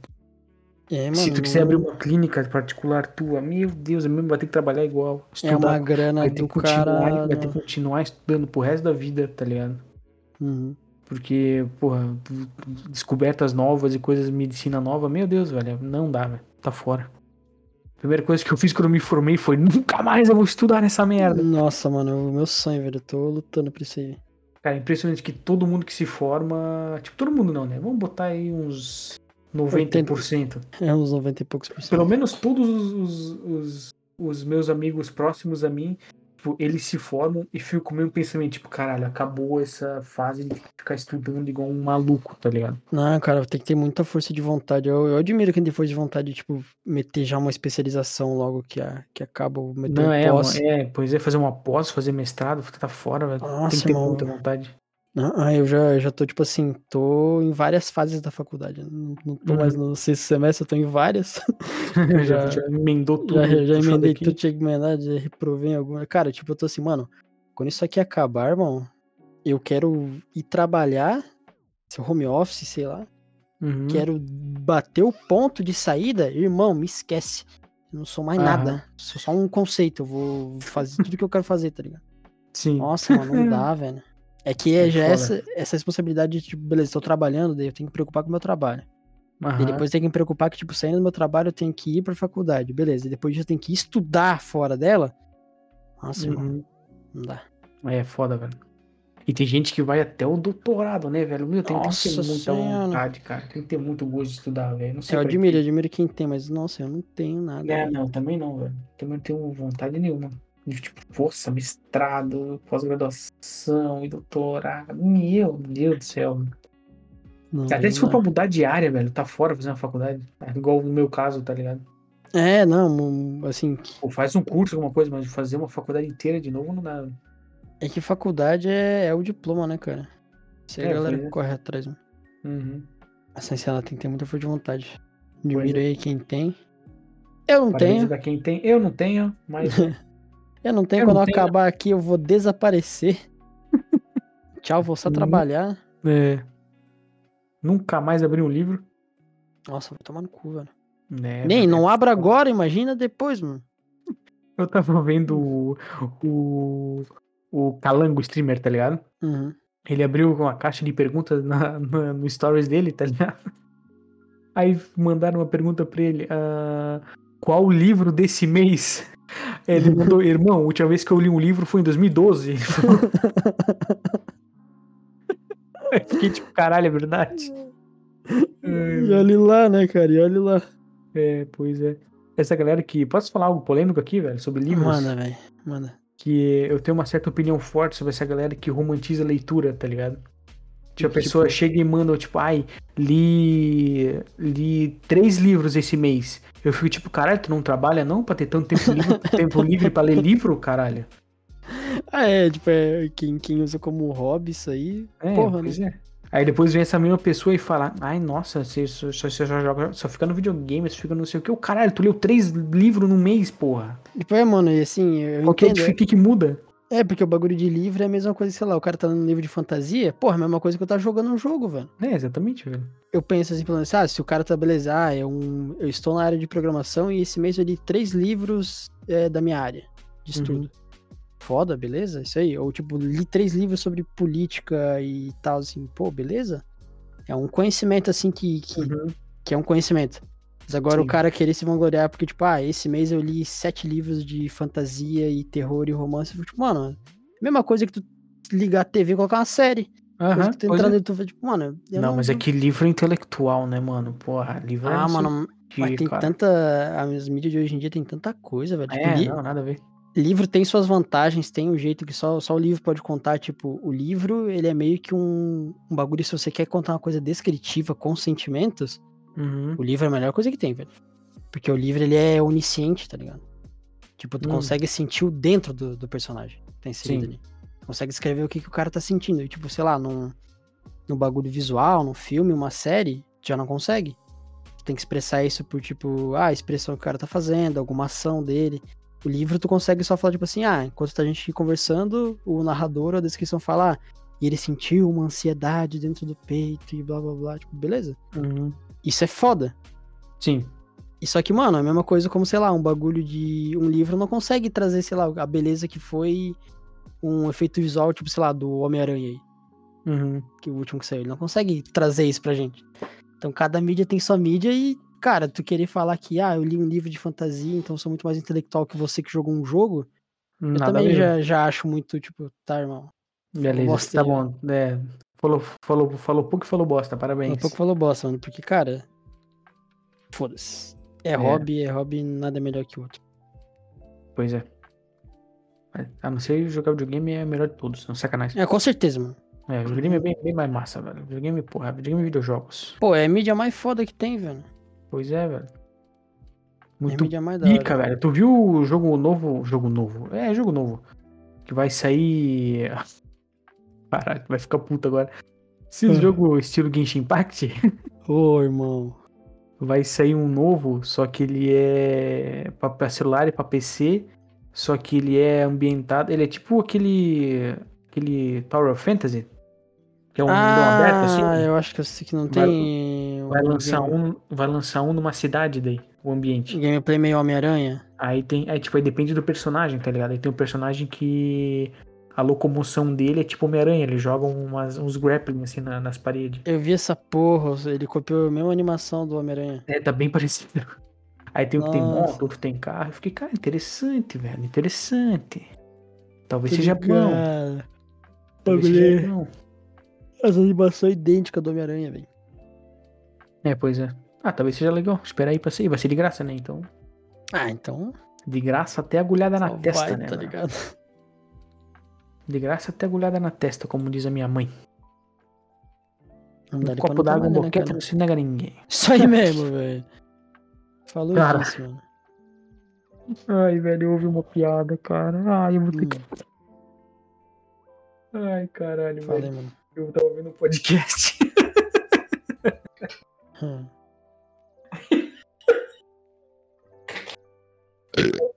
[SPEAKER 2] É, mano,
[SPEAKER 1] Se tu quiser
[SPEAKER 2] não-
[SPEAKER 1] abrir uma clínica particular tua, meu Deus, é mesmo, vai ter que trabalhar igual.
[SPEAKER 2] é
[SPEAKER 1] um Estudar,
[SPEAKER 2] uma grana
[SPEAKER 1] vai, ter
[SPEAKER 2] do
[SPEAKER 1] que continuar,
[SPEAKER 2] cara. né?
[SPEAKER 1] vai ter que continuar estudando pro resto da vida, tá ligado?
[SPEAKER 2] Uhum.
[SPEAKER 1] Porque, porra, descobertas novas e coisas, medicina nova, meu Deus, velho, não dá, velho. Tá fora. Primeira coisa que eu fiz quando eu me formei foi nunca mais eu vou estudar nessa merda.
[SPEAKER 2] Nossa, mano, o meu sonho, velho. Eu tô lutando pra isso aí.
[SPEAKER 1] Cara, é impressionante que todo mundo que se forma. Tipo, todo mundo não, né? Vamos botar aí uns 90%.
[SPEAKER 2] É uns 90 e poucos por cento.
[SPEAKER 1] Pelo menos todos os, os, os- os meus amigos próximos a mim, tipo, eles se formam e ficam com o mesmo pensamento, tipo, caralho, acabou essa fase de ficar estudando igual um maluco, tá ligado?
[SPEAKER 2] Não, cara, tem que ter muita força de vontade. Eu, eu admiro quem tem força de vontade de, tipo, meter já uma especialização logo que, a, que acaba o meter
[SPEAKER 1] Não,
[SPEAKER 2] um
[SPEAKER 1] é,
[SPEAKER 2] pós.
[SPEAKER 1] uma- é, pois é, fazer uma pós, fazer mestrado, tá fora, velho. Tem
[SPEAKER 2] Nossa,
[SPEAKER 1] que ter
[SPEAKER 2] irmão. então.
[SPEAKER 1] muita vontade.
[SPEAKER 2] Não, ah, eu já, eu já tô, tipo assim, tô em várias fases da faculdade. Não, não tô
[SPEAKER 1] Uhum.
[SPEAKER 2] mais no sexto semestre, eu tô em várias.
[SPEAKER 1] Já, já,
[SPEAKER 2] já-
[SPEAKER 1] emendou tudo.
[SPEAKER 2] já, já
[SPEAKER 1] puxou
[SPEAKER 2] emendei
[SPEAKER 1] daqui.
[SPEAKER 2] tudo, tinha que emendar, já reprovei em alguma. Cara, tipo, eu tô assim, mano, quando isso aqui acabar, irmão, eu quero ir trabalhar, seu home office, sei lá.
[SPEAKER 1] Uhum.
[SPEAKER 2] Quero bater o ponto de saída, irmão, me esquece. Eu não sou mais
[SPEAKER 1] Aham.
[SPEAKER 2] nada. Sou só um conceito. Eu vou fazer tudo que eu quero fazer, tá ligado?
[SPEAKER 1] Sim.
[SPEAKER 2] Nossa, mano, não dá, velho. É que
[SPEAKER 1] É
[SPEAKER 2] já é
[SPEAKER 1] foda.
[SPEAKER 2] essa, essa responsabilidade de, tipo, beleza, tô trabalhando, daí eu tenho que me preocupar com o meu trabalho.
[SPEAKER 1] Aham.
[SPEAKER 2] E depois eu tenho que me preocupar que, tipo, saindo do meu trabalho, eu tenho que ir pra faculdade, beleza. E depois disso eu tenho que estudar fora dela. Nossa, irmão,
[SPEAKER 1] Uhum.
[SPEAKER 2] não dá.
[SPEAKER 1] É foda, velho. E tem gente que vai até o doutorado, né, velho? Meu, tem, tem que ter
[SPEAKER 2] Nossa
[SPEAKER 1] muita
[SPEAKER 2] Senhora.
[SPEAKER 1] vontade, cara. Tem que ter muito gosto de estudar, velho. Não sei
[SPEAKER 2] Eu
[SPEAKER 1] pra
[SPEAKER 2] admiro, né?
[SPEAKER 1] quê.
[SPEAKER 2] eu admiro quem tem, mas nossa, eu não tenho nada.
[SPEAKER 1] É,
[SPEAKER 2] velho.
[SPEAKER 1] não, também não, velho. Também não tenho vontade nenhuma. De, tipo, força, mestrado, pós-graduação e doutorado. Meu Deus do céu. velho.
[SPEAKER 2] Não,
[SPEAKER 1] Até
[SPEAKER 2] não
[SPEAKER 1] se for
[SPEAKER 2] dá.
[SPEAKER 1] pra mudar de área, velho, tá fora fazer uma faculdade. É igual no meu caso, tá ligado?
[SPEAKER 2] É, não, mu- assim,
[SPEAKER 1] Ou faz um curso, alguma coisa, mas fazer uma faculdade inteira de novo não dá. velho.
[SPEAKER 2] é que faculdade é, é o diploma, né, cara? Isso aí
[SPEAKER 1] É,
[SPEAKER 2] a galera
[SPEAKER 1] pois é.
[SPEAKER 2] corre atrás, mano.
[SPEAKER 1] Uhum.
[SPEAKER 2] Assim, sei lá, tem que ter muita força de vontade.
[SPEAKER 1] é.
[SPEAKER 2] Admiro aí quem tem. Eu não
[SPEAKER 1] Parabéns
[SPEAKER 2] tenho.
[SPEAKER 1] pra quem tem. Eu não tenho, mas
[SPEAKER 2] Eu não tenho,
[SPEAKER 1] Eu
[SPEAKER 2] quando
[SPEAKER 1] não
[SPEAKER 2] eu
[SPEAKER 1] tenho.
[SPEAKER 2] acabar aqui, eu vou desaparecer. Tchau, vou só
[SPEAKER 1] Uhum.
[SPEAKER 2] trabalhar.
[SPEAKER 1] É. Nunca mais abri um livro.
[SPEAKER 2] Nossa, vou tomar no cu, velho.
[SPEAKER 1] Né,
[SPEAKER 2] Nem,
[SPEAKER 1] velho?
[SPEAKER 2] não abra agora, imagina depois, mano.
[SPEAKER 1] Eu tava vendo o, o, o Calango streamer, tá ligado?
[SPEAKER 2] Uhum.
[SPEAKER 1] Ele abriu uma caixa de perguntas na, na- no stories dele, tá ligado? Aí mandaram uma pergunta pra ele: ah, Qual o livro desse mês? Ele mandou: Irmão, a última vez que eu li um livro foi em 2012. Ele falou. Eu Fiquei tipo, caralho, é verdade. Ai,
[SPEAKER 2] E olha lá, né, cara? E olha lá.
[SPEAKER 1] É, pois é. Essa galera que. Posso falar algo polêmico aqui, velho? Sobre livros?
[SPEAKER 2] Manda, velho. Manda.
[SPEAKER 1] Que eu tenho uma certa opinião forte sobre essa galera que romantiza a leitura, tá ligado? Tipo, a pessoa chega e manda, tipo, ai, li. li três livros esse mês. Eu fico tipo, caralho, tu não trabalha não pra ter tanto tempo livre, tempo livre pra ler livro, caralho?
[SPEAKER 2] Ah, é, tipo, é, quem, quem usa como hobby isso aí.
[SPEAKER 1] É,
[SPEAKER 2] Porra,
[SPEAKER 1] pois é. Aí depois vem essa mesma pessoa e fala: Ai, nossa, você só, só, você só joga, só fica no videogame, só fica no não sei o que. O caralho, tu leu três livros no mês, porra.
[SPEAKER 2] Tipo, é, mano, e assim, eu
[SPEAKER 1] Qual que é a
[SPEAKER 2] entendo.
[SPEAKER 1] dif- que que muda?
[SPEAKER 2] É, porque o bagulho de livro é a mesma coisa, sei lá, o cara tá lendo um livro de fantasia, porra, é a mesma coisa que eu tá jogando um jogo, velho.
[SPEAKER 1] É, exatamente, velho.
[SPEAKER 2] eu penso assim, pelo menos, ah, se o cara tá beleza, ah, é um, eu estou na área de programação e esse mês eu li três livros é, da minha área de
[SPEAKER 1] Uhum.
[SPEAKER 2] estudo. Foda, beleza? Isso aí. Ou tipo, li três livros sobre política e Uhum. tal, assim, pô, beleza? É um conhecimento assim que, que, que é um conhecimento. Mas agora
[SPEAKER 1] Sim.
[SPEAKER 2] o cara querer se vangloriar porque, tipo, ah, esse mês eu li sete livros de fantasia e terror e romance. Eu, tipo, mano, mesma coisa que tu ligar a TV e colocar uma série. Coisa
[SPEAKER 1] Aham,
[SPEAKER 2] que tu
[SPEAKER 1] pois
[SPEAKER 2] entrar no
[SPEAKER 1] é.
[SPEAKER 2] YouTube, tipo, mano... eu
[SPEAKER 1] Não, mas é que livro intelectual, né, mano? Porra, livro é
[SPEAKER 2] Ah,
[SPEAKER 1] isso
[SPEAKER 2] mano,
[SPEAKER 1] aqui,
[SPEAKER 2] mas tem
[SPEAKER 1] cara.
[SPEAKER 2] tanta... As mídias de hoje em dia tem tanta coisa, velho. Tipo,
[SPEAKER 1] É,
[SPEAKER 2] li-
[SPEAKER 1] não, nada a ver.
[SPEAKER 2] livro tem suas vantagens, tem um jeito que só, só o livro pode contar. Tipo, o livro, ele é meio que um, um bagulho. Se você quer contar uma coisa descritiva com sentimentos,
[SPEAKER 1] Uhum.
[SPEAKER 2] o livro é a melhor coisa que tem, velho. Porque o livro, ele é onisciente, tá ligado? Tipo, tu
[SPEAKER 1] Hum.
[SPEAKER 2] consegue sentir o dentro do, do personagem. que Tá inserido
[SPEAKER 1] Sim.
[SPEAKER 2] ali. Consegue escrever o que, que o cara tá sentindo. E, tipo, sei lá, num, num bagulho visual, num filme, uma série, tu já não consegue. Tu tem que expressar isso por, tipo, ah, a expressão que o cara tá fazendo, alguma ação dele. O livro tu consegue só falar, tipo assim, ah, enquanto tá a gente conversando, o narrador, a descrição fala, ah, e ele sentiu uma ansiedade dentro do peito e blá blá blá. Tipo, beleza.
[SPEAKER 1] Uhum.
[SPEAKER 2] Isso é foda.
[SPEAKER 1] Sim.
[SPEAKER 2] E só que, mano, é a mesma coisa como, sei lá, um bagulho de. Um livro não consegue trazer, sei lá, a beleza que foi um efeito visual, tipo, sei lá, do Homem-Aranha aí,
[SPEAKER 1] Uhum.
[SPEAKER 2] que é o último que saiu. Ele não consegue trazer isso pra gente. Então cada mídia tem sua mídia e, cara, tu querer falar que, ah, eu li um livro de fantasia, então eu sou muito mais intelectual que você que jogou um jogo, eu
[SPEAKER 1] Nada a
[SPEAKER 2] também
[SPEAKER 1] ver.
[SPEAKER 2] já, já acho muito, tipo, tá, irmão.
[SPEAKER 1] Beleza,
[SPEAKER 2] Bosta,
[SPEAKER 1] tá
[SPEAKER 2] já.
[SPEAKER 1] bom. É, falou, falou, falou pouco e falou bosta, parabéns.
[SPEAKER 2] Um pouco falou bosta, mano, porque, cara. Foda-se. É, hobby, é hobby, nada melhor que o outro.
[SPEAKER 1] Pois é. A não ser jogar videogame é o melhor de todos, não sacanagem.
[SPEAKER 2] É, com certeza, mano.
[SPEAKER 1] É, videogame é bem, bem mais massa, velho. Videogame, porra, videogame e videojogos.
[SPEAKER 2] Pô, é a mídia mais foda que tem, velho.
[SPEAKER 1] Pois é, velho.
[SPEAKER 2] É a
[SPEAKER 1] Muito
[SPEAKER 2] mídia mais da hora.
[SPEAKER 1] pica, velho. Tu viu o jogo novo? Jogo novo. É, jogo novo. Que vai sair. Caraca, vai ficar puto agora. Esse
[SPEAKER 2] Hum.
[SPEAKER 1] jogo estilo Genshin Impact.
[SPEAKER 2] Ô, irmão.
[SPEAKER 1] Vai sair um novo, só que ele é pra- pra celular e pra PC, só que ele é ambientado, ele é tipo aquele aquele Tower of Fantasy, que é um mundo aberto
[SPEAKER 2] Ah,
[SPEAKER 1] assim.
[SPEAKER 2] eu acho que eu sei que não
[SPEAKER 1] Vai-
[SPEAKER 2] tem.
[SPEAKER 1] Vai lançar
[SPEAKER 2] game-
[SPEAKER 1] um, vai lançar um numa cidade daí, o ambiente.
[SPEAKER 2] Gameplay meio Homem-Aranha.
[SPEAKER 1] Aí tem, aí tipo, aí depende do personagem, tá ligado? Aí tem um personagem que a locomoção dele é tipo Homem-Aranha, ele joga umas- uns grappling assim na- nas paredes.
[SPEAKER 2] Eu vi essa porra, ele copiou a mesma animação do Homem-Aranha.
[SPEAKER 1] É, tá bem parecido. Aí tem um que tem
[SPEAKER 2] Nossa.
[SPEAKER 1] moto, outro tem carro. Eu fiquei, cara, interessante, velho, interessante. Talvez
[SPEAKER 2] Tô
[SPEAKER 1] seja bom.
[SPEAKER 2] ligado.
[SPEAKER 1] Talvez
[SPEAKER 2] Bagulho.
[SPEAKER 1] seja bom.
[SPEAKER 2] Essa animação é idêntica do Homem-Aranha, velho.
[SPEAKER 1] É, pois é. Ah, talvez seja legal. Espera aí pra sair. Vai ser de graça, né? Então,
[SPEAKER 2] Ah, então.
[SPEAKER 1] de graça até agulhada na
[SPEAKER 2] só
[SPEAKER 1] testa,
[SPEAKER 2] vai,
[SPEAKER 1] né?
[SPEAKER 2] tá
[SPEAKER 1] mano?
[SPEAKER 2] ligado?
[SPEAKER 1] De graça até agulhada na testa, como diz a minha mãe.
[SPEAKER 2] Não
[SPEAKER 1] Um
[SPEAKER 2] dá ali pra
[SPEAKER 1] copo
[SPEAKER 2] não
[SPEAKER 1] d'água, um
[SPEAKER 2] tomar, né,
[SPEAKER 1] boquete,
[SPEAKER 2] cara?
[SPEAKER 1] não se nega a ninguém.
[SPEAKER 2] Isso aí mesmo, velho. Falou
[SPEAKER 1] Cara.
[SPEAKER 2] disso, mano.
[SPEAKER 1] Ai, velho, houve uma piada, cara. Ai, eu vou
[SPEAKER 2] Hum.
[SPEAKER 1] ter que... Ai, caralho,
[SPEAKER 2] Fala aí,
[SPEAKER 1] velho.
[SPEAKER 2] mano.
[SPEAKER 1] Eu tava ouvindo um podcast.
[SPEAKER 2] Hum.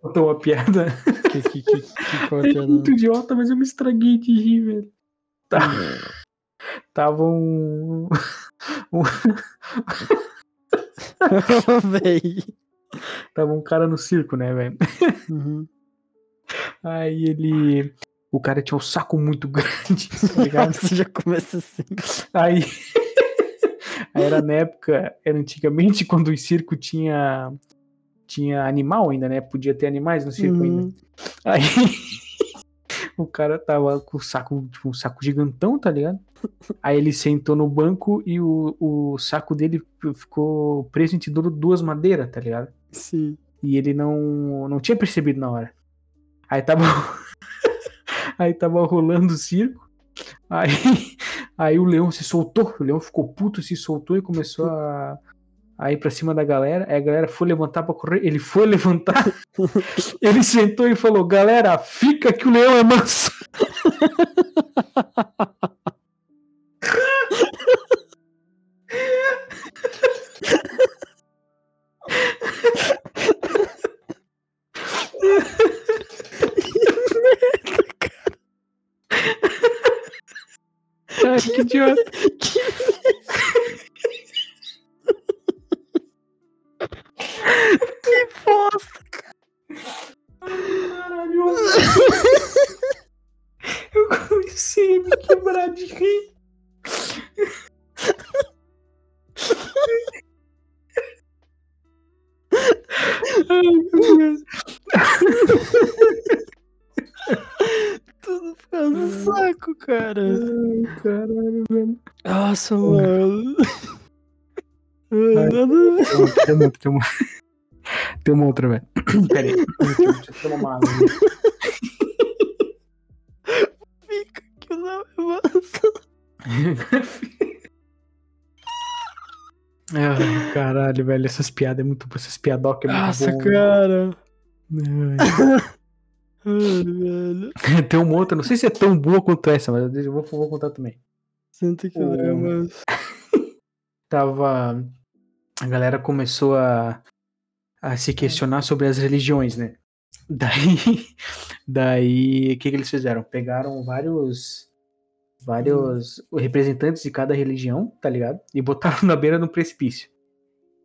[SPEAKER 1] Contou uma piada.
[SPEAKER 2] Que, que, que, que,
[SPEAKER 1] É
[SPEAKER 2] conteúdo,
[SPEAKER 1] muito idiota, mas eu me estraguei de rir, velho. Tá. Tava um.
[SPEAKER 2] velho.
[SPEAKER 1] Tava um cara no circo, né, velho?
[SPEAKER 2] Uhum.
[SPEAKER 1] Aí ele. O cara tinha um saco muito grande, tá ligado?
[SPEAKER 2] Você já começa assim.
[SPEAKER 1] Aí. Aí era na época, era antigamente, quando o circo tinha. Tinha animal ainda, né? Podia ter animais no circo ainda.
[SPEAKER 2] Uhum.
[SPEAKER 1] Aí o cara tava com o saco, tipo, um saco gigantão, tá ligado? Aí ele sentou no banco e o, o saco dele ficou preso entre du- duas madeiras, tá ligado?
[SPEAKER 2] Sim.
[SPEAKER 1] E ele não, não tinha percebido na hora. Aí tava. aí tava rolando o circo. Aí, aí o leão se soltou. O leão ficou puto, se soltou e começou a, a ir pra cima da galera. Aí a galera foi levantar pra correr. Ele foi levantar. ele sentou e falou: Galera, fica que o leão é manso. Ai, que idiota.
[SPEAKER 2] Que bosta!
[SPEAKER 1] Caralho. Eu comecei a me quebrar de rir.
[SPEAKER 2] Tudo ficando no saco, cara.
[SPEAKER 1] Ai,
[SPEAKER 2] Ah.
[SPEAKER 1] Caralho, velho.
[SPEAKER 2] Nossa, mano. Ah,
[SPEAKER 1] Tem uma- Tem uma outra, tem uma, tem uma outra, velho. Pera aí. Deixa eu- deixa eu tomar uma água.
[SPEAKER 2] Fica que não é mano.
[SPEAKER 1] Ai, caralho, velho. Essas piadas é muito. Essas piadocas é muito
[SPEAKER 2] Nossa,
[SPEAKER 1] bom,
[SPEAKER 2] cara.
[SPEAKER 1] velho.
[SPEAKER 2] Ai, velho.
[SPEAKER 1] Ai. Tem uma outra, não sei se é tão boa quanto essa, mas eu vou, vou contar também.
[SPEAKER 2] Senta que é
[SPEAKER 1] O-
[SPEAKER 2] drama.
[SPEAKER 1] tava. A galera começou a, a se questionar sobre as religiões, né? Daí. Daí. O que, que eles fizeram? Pegaram vários. Vários representantes de cada religião, tá ligado? E botaram na beira de um precipício.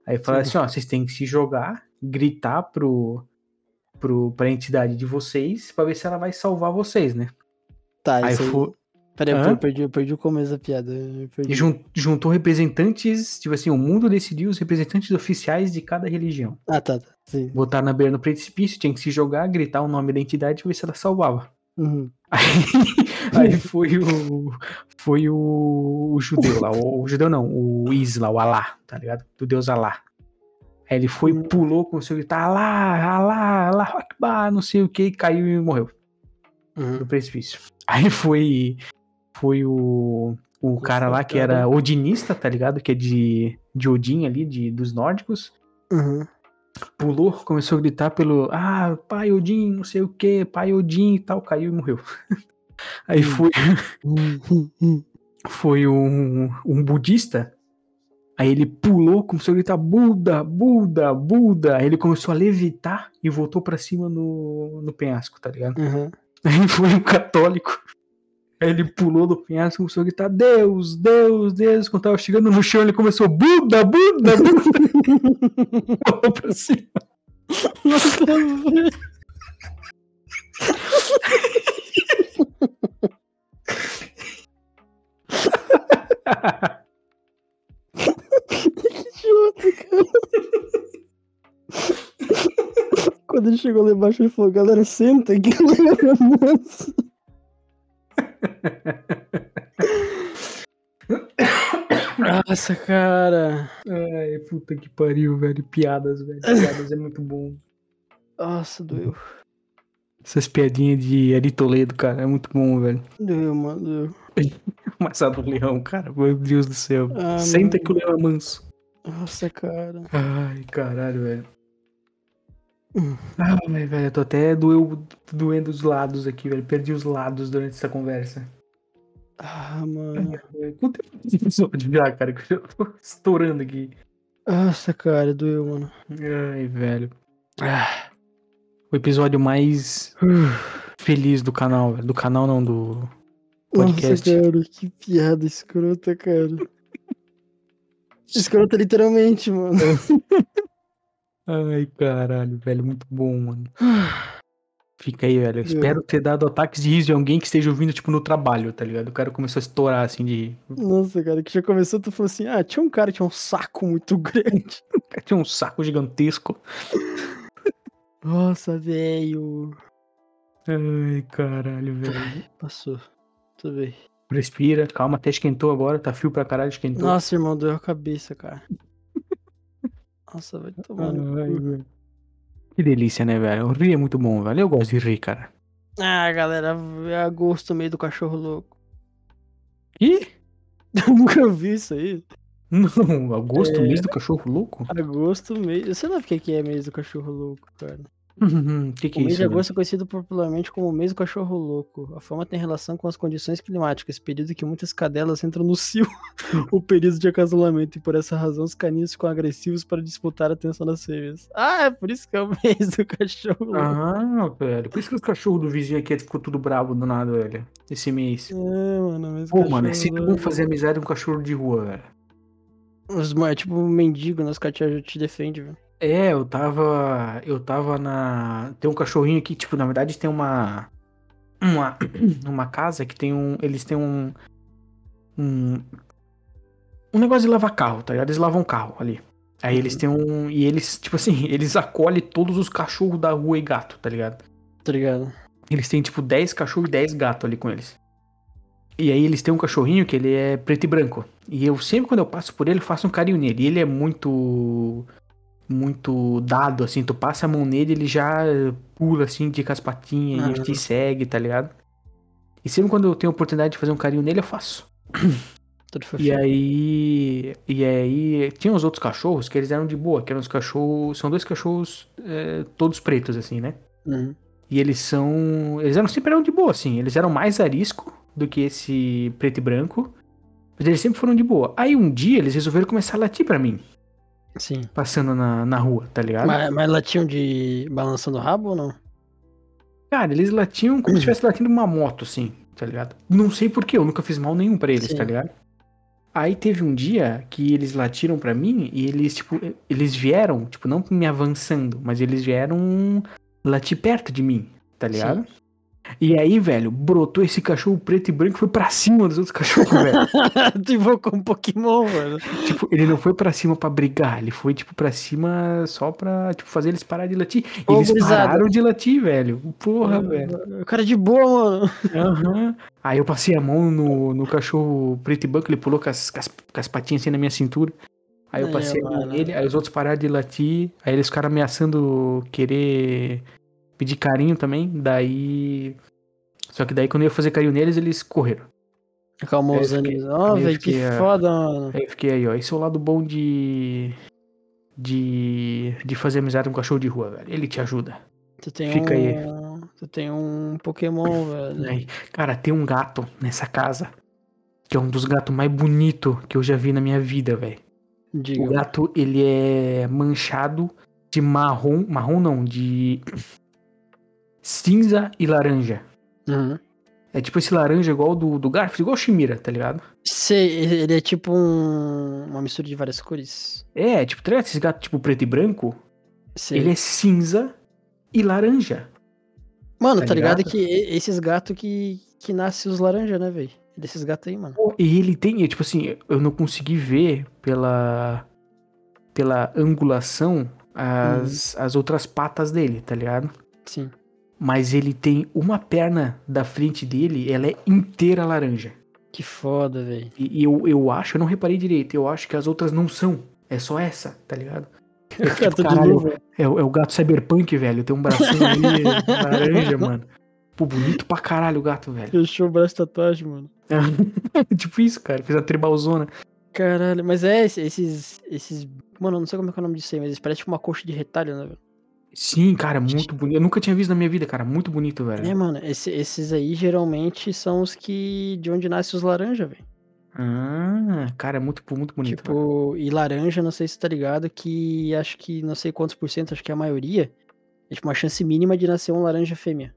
[SPEAKER 1] Aí falaram assim: ó, vocês têm que se jogar, gritar pro. Pro, pra entidade de vocês, pra ver se ela vai salvar vocês, né?
[SPEAKER 2] Tá,
[SPEAKER 1] Aí
[SPEAKER 2] isso aí.
[SPEAKER 1] fo-
[SPEAKER 2] Peraí,
[SPEAKER 1] Hã?
[SPEAKER 2] eu perdi, eu perdi o começo da piada. eu perdi.
[SPEAKER 1] E jun- juntou representantes, tipo assim, o mundo decidiu os representantes oficiais de cada religião.
[SPEAKER 2] Ah, tá, tá. Sim.
[SPEAKER 1] Botar na beira no precipício, tinha que se jogar, gritar o nome da entidade pra ver se ela salvava.
[SPEAKER 2] Uhum.
[SPEAKER 1] Aí foi o. Foi o, o judeu lá. O, o judeu não, o Isla, o Alá, tá ligado? Do deus Alá. Aí ele foi, pulou, conseguiu gritar Alá, Alá, Alá, Akbar, não sei o que, caiu e morreu do precipício. Aí foi foi o, o cara lá que era odinista, tá ligado? Que é de, de Odin ali, de, dos nórdicos.
[SPEAKER 2] Uhum.
[SPEAKER 1] Pulou, começou a gritar pelo ah, pai Odin, não sei o que, pai Odin e tal, caiu e morreu. Aí foi, Uhum.
[SPEAKER 2] Uhum.
[SPEAKER 1] foi um, um budista. Aí ele pulou, começou a gritar Buda, Buda, Buda. Aí ele começou a levitar e voltou pra cima no, no penhasco, tá ligado?
[SPEAKER 2] Uhum.
[SPEAKER 1] Aí foi um católico. Aí ele pulou do penhasco e começou a gritar: Deus, Deus, Deus. Quando tava chegando no chão, ele começou: Buda, Buda, Buda. Pulou pra cima.
[SPEAKER 2] Nossa, velho. Que idiota, cara. Quando ele chegou lá embaixo, ele falou, galera, senta aqui. Nossa. Nossa, cara.
[SPEAKER 1] Ai, puta que pariu, velho. Piadas, velho. Piadas é muito bom.
[SPEAKER 2] Nossa, doeu.
[SPEAKER 1] Essas piadinhas de Ari Toledo, cara, é muito bom, velho.
[SPEAKER 2] Doeu, mano. Doeu.
[SPEAKER 1] Mas a do leão, cara, meu Deus do céu.
[SPEAKER 2] Ah,
[SPEAKER 1] Senta
[SPEAKER 2] mano.
[SPEAKER 1] que o leão é manso.
[SPEAKER 2] Nossa, cara.
[SPEAKER 1] Ai, caralho, velho.
[SPEAKER 2] Hum.
[SPEAKER 1] Ah, velho, eu tô até doeu, doendo os lados aqui, velho. Perdi os lados durante essa conversa.
[SPEAKER 2] Ah, mano.
[SPEAKER 1] É, Quanto tempo esse episódio já, cara? Que eu já tô estourando aqui.
[SPEAKER 2] Nossa, cara, doeu, mano.
[SPEAKER 1] Ai, velho. Ah, o episódio mais feliz do canal, velho. Do canal não, do. Podcast.
[SPEAKER 2] Nossa, cara, que piada escrota, cara. escrota literalmente, mano.
[SPEAKER 1] Ai, caralho, velho. Muito bom, mano. Fica aí, velho. Eu Espero ter dado ataques de riso de alguém que esteja ouvindo, tipo, no trabalho, tá ligado? O cara começou a estourar, assim, de.
[SPEAKER 2] Nossa, cara, que já começou, tu falou assim, ah, tinha um cara que tinha um saco muito grande.
[SPEAKER 1] Tinha um saco gigantesco.
[SPEAKER 2] Nossa, velho.
[SPEAKER 1] Ai, caralho, velho.
[SPEAKER 2] Passou. Tudo bem.
[SPEAKER 1] Respira, calma, até esquentou agora. Tá frio pra caralho, esquentou.
[SPEAKER 2] Nossa, irmão, doeu a cabeça, cara. Nossa, Ah, vai tomar
[SPEAKER 1] Ai,
[SPEAKER 2] no cu.
[SPEAKER 1] velho. Que delícia, né, velho? Rir é muito bom, velho. Eu gosto de rir, cara.
[SPEAKER 2] Ah, galera, é a gosto meio do cachorro louco.
[SPEAKER 1] Ih!
[SPEAKER 2] Eu nunca vi isso aí.
[SPEAKER 1] Não, Augusto,
[SPEAKER 2] É.
[SPEAKER 1] mês do ccachorro louco?
[SPEAKER 2] Agosto, mês. Eu sei lá o que que é mês do cachorro louco, cara.
[SPEAKER 1] O que, que
[SPEAKER 2] O
[SPEAKER 1] é
[SPEAKER 2] mês
[SPEAKER 1] isso?
[SPEAKER 2] de
[SPEAKER 1] velho?
[SPEAKER 2] agosto é conhecido popularmente como o mês do cachorro louco. A fama tem relação com as condições climáticas, período em que muitas cadelas entram no cio, o período de acasalamento, e por essa razão os caninos ficam agressivos para disputar a atenção das fêmeas. Ah, é por isso que é o mês do cachorro é louco.
[SPEAKER 1] Ah, velho. Por isso que os cachorros do vizinho aqui ficou tudo bravo do nada, velho. Esse mês.
[SPEAKER 2] É, mano, mês do
[SPEAKER 1] Pô,
[SPEAKER 2] cachorro
[SPEAKER 1] mano, é sempre bom
[SPEAKER 2] louco.
[SPEAKER 1] fazer amizade com um cachorro de rua, velho.
[SPEAKER 2] Os, ma- é tipo um mendigo, nosso cachorro te defende, velho.
[SPEAKER 1] É, eu tava. Eu tava na. Tem um cachorrinho aqui, tipo, na verdade tem uma. Uma, uma casa que tem um. Eles têm um. Um. Um negócio de lavar carro, tá ligado? Eles lavam carro ali. Aí eles têm um. E eles, tipo assim, eles acolhem todos os cachorros da rua e gato, tá ligado?
[SPEAKER 2] Tá ligado?
[SPEAKER 1] Eles têm, tipo, 10 cachorros e 10 gatos ali com eles. E aí eles têm um cachorrinho que ele é preto e branco. E eu sempre, quando eu passo por ele, faço um carinho nele. E ele é muito. Muito dado, assim. Tu passa a mão nele, ele já pula, assim, de as patinhas
[SPEAKER 2] Ah.
[SPEAKER 1] e ele te segue, tá ligado? E sempre quando eu tenho a oportunidade de fazer um carinho nele, eu faço.
[SPEAKER 2] Tudo
[SPEAKER 1] E
[SPEAKER 2] fofinho.
[SPEAKER 1] aí. E aí. Tinha os outros cachorros que eles eram de boa, que eram os cachorros. São dois cachorros eh, todos pretos, assim, né?
[SPEAKER 2] Uhum.
[SPEAKER 1] E eles são. Eles eram sempre eram de boa, assim. Eles eram mais arisco do que esse preto e branco. Mas eles sempre foram de boa. Aí um dia eles resolveram começar a latir pra mim,
[SPEAKER 2] Sim.
[SPEAKER 1] passando na, na rua, tá ligado?
[SPEAKER 2] Mas, mas latiam de balançando o rabo ou não?
[SPEAKER 1] Cara, eles latiam como se estivesse latindo uma moto, assim, tá ligado? Não sei porquê, eu nunca fiz mal nenhum pra eles,
[SPEAKER 2] Sim.
[SPEAKER 1] tá ligado? Aí teve um dia que eles latiram pra mim e eles, tipo, eles vieram, tipo, não me avançando, mas eles vieram latir perto de mim, tá ligado? E aí, velho, brotou esse cachorro preto e branco e foi pra cima dos outros cachorros, velho.
[SPEAKER 2] tipo com um Pokémon, mano.
[SPEAKER 1] tipo, ele não foi pra cima pra brigar, ele foi, tipo, pra cima só pra, tipo, fazer eles parar de latir. E
[SPEAKER 2] Ô,
[SPEAKER 1] eles
[SPEAKER 2] gurizada. Hum.
[SPEAKER 1] pararam de latir, velho. Porra, velho.
[SPEAKER 2] O cara de boa, mano.
[SPEAKER 1] Aham. Aí eu passei a mão no, no cachorro preto e branco, ele pulou com as, com as- com as patinhas assim na minha cintura. Aí eu
[SPEAKER 2] Meu
[SPEAKER 1] passei a mão
[SPEAKER 2] mano.
[SPEAKER 1] nele, aí os outros pararam de latir, aí eles ficaram ameaçando querer pedir carinho também, daí. Só que daí quando eu ia fazer carinho neles, eles correram.
[SPEAKER 2] Acalmou
[SPEAKER 1] Eu
[SPEAKER 2] os
[SPEAKER 1] fiquei-
[SPEAKER 2] ânimos. Ó,
[SPEAKER 1] eu
[SPEAKER 2] velho, que
[SPEAKER 1] fiquei, ah,
[SPEAKER 2] foda, mano.
[SPEAKER 1] Aí eu fiquei aí, ó. Esse é o lado bom de. De. De fazer amizade com um cachorro de rua, velho. Ele te ajuda.
[SPEAKER 2] Tu tem
[SPEAKER 1] fica aí.
[SPEAKER 2] um... Tu tem um Pokémon, velho.
[SPEAKER 1] Aí, cara, tem um gato nessa casa. Que é um dos gatos mais bonitos que eu já vi na minha vida, velho. O
[SPEAKER 2] Diga.
[SPEAKER 1] gato, ele é manchado de marrom, marrom não, de cinza e laranja.
[SPEAKER 2] Uhum.
[SPEAKER 1] É tipo esse laranja igual do, do Garfield, igual o Shimira, tá ligado?
[SPEAKER 2] Sei, ele ele é tipo um... uma mistura de várias cores.
[SPEAKER 1] É, tipo, tá ligado? Esse gato tipo preto e branco,
[SPEAKER 2] Sei.
[SPEAKER 1] ele é cinza e laranja.
[SPEAKER 2] Mano,
[SPEAKER 1] tá
[SPEAKER 2] tá ligado,
[SPEAKER 1] ligado?
[SPEAKER 2] que e- esses gatos que, que nascem os laranja, né, velho? Desses gatos aí, mano.
[SPEAKER 1] E ele tem, é, tipo assim, eu não consegui ver pela pela angulação as, as outras patas dele, tá ligado?
[SPEAKER 2] Sim.
[SPEAKER 1] Mas ele tem uma perna da frente dele, ela é inteira laranja.
[SPEAKER 2] Que foda, velho.
[SPEAKER 1] E, e eu, eu acho, eu não reparei direito, eu acho que as outras não são. É só essa, tá ligado? Eu fico, tipo, caralho, é, o- é o gato cyberpunk, velho. Tem um bracinho ali laranja, mano. Pô, bonito pra caralho o gato, velho.
[SPEAKER 2] Fechou o braço da tatuagem, mano.
[SPEAKER 1] tipo isso, cara. Fez a tribalzona.
[SPEAKER 2] Caralho, mas é esse- esses. esses. Mano, eu não sei como é que é o nome disso aí, mas eles parecem tipo uma coxa de retalho, né, velho?
[SPEAKER 1] Sim, cara, muito bonito. Eu nunca tinha visto na minha vida, cara. Muito bonito, velho.
[SPEAKER 2] É, mano, esse- esses aí geralmente são os que. de onde nascem os laranja, velho.
[SPEAKER 1] Ah, cara, é muito, muito bonito. velho.
[SPEAKER 2] Tipo, e laranja, não sei se tá ligado, que acho que não sei quantos por cento, acho que a maioria, é tipo uma chance mínima de nascer um laranja fêmea.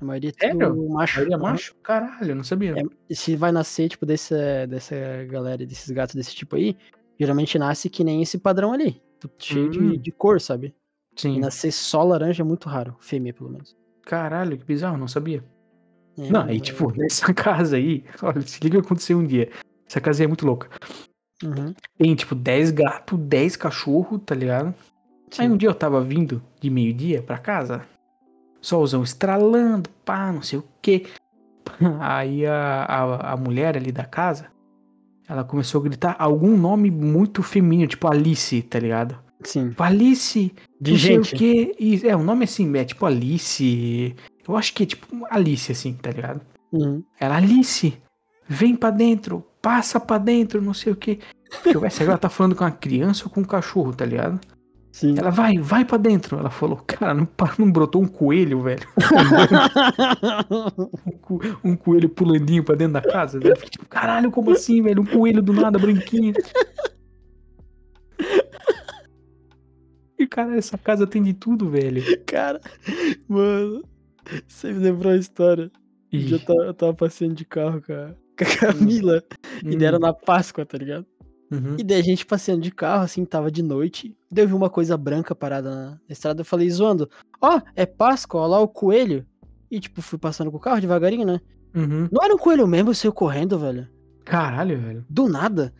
[SPEAKER 2] A maioria é tudo
[SPEAKER 1] Sério?
[SPEAKER 2] macho.
[SPEAKER 1] Ele é
[SPEAKER 2] Aham.
[SPEAKER 1] macho? Caralho, eu não sabia.
[SPEAKER 2] É, E se vai nascer, tipo, dessa, dessa galera, desses gatos desse tipo aí, geralmente nasce que nem esse padrão ali. tudo Cheio de,
[SPEAKER 1] Hum.
[SPEAKER 2] de cor, sabe? E
[SPEAKER 1] Sim.
[SPEAKER 2] nascer só laranja é muito raro. Fêmea, pelo menos.
[SPEAKER 1] Caralho, que bizarro, não sabia.
[SPEAKER 2] É,
[SPEAKER 1] Não,
[SPEAKER 2] mas-
[SPEAKER 1] aí, tipo, nessa casa aí, olha, se liga o que aconteceu um dia. Essa casa aí é muito louca.
[SPEAKER 2] Uhum,
[SPEAKER 1] Tem, tipo, 10 gatos, 10 cachorros, tá ligado? Aí um
[SPEAKER 2] sim.
[SPEAKER 1] dia eu tava vindo de meio-dia pra casa, solzão estralando, pá, não sei o quê. Aí a, a, a mulher ali da casa, ela começou a gritar algum nome muito feminino, tipo Alice, tá ligado?
[SPEAKER 2] Sim.
[SPEAKER 1] Tipo, Alice,
[SPEAKER 2] De
[SPEAKER 1] não sei
[SPEAKER 2] gente.
[SPEAKER 1] o quê. E, é, o nome assim, é tipo Alice. Eu acho que é tipo Alice, assim, tá ligado?
[SPEAKER 2] Uhum.
[SPEAKER 1] Ela, Alice, vem pra dentro, passa pra dentro, não sei o quê. Deixa eu ver se ela tá falando com a criança ou com um cachorro, tá ligado?
[SPEAKER 2] Sim.
[SPEAKER 1] Ela vai, vai pra dentro. Ela falou, cara, não, pa- não brotou um coelho, velho. Um, co- um coelho pulandinho pra dentro da casa. velho. Eu fiquei tipo, caralho, como assim, velho? Um coelho do nada, branquinho. E, cara, essa casa tem de tudo, velho.
[SPEAKER 2] Cara, mano, você me lembrou a história. Um
[SPEAKER 1] E,
[SPEAKER 2] dia eu tava, eu tava passeando de carro com a, com a Camila e
[SPEAKER 1] hum.
[SPEAKER 2] deram na Páscoa, tá ligado?
[SPEAKER 1] Uhum.
[SPEAKER 2] E daí a gente passeando de carro, assim, tava de noite. Daí eu vi uma coisa branca parada na na estrada. Eu falei, zoando: Ó, é Páscoa, ó lá o coelho. E, tipo, fui passando com o carro devagarinho, né?
[SPEAKER 1] Uhum.
[SPEAKER 2] Não era um coelho mesmo, eu saiu correndo, velho.
[SPEAKER 1] Caralho, velho.
[SPEAKER 2] Do nada.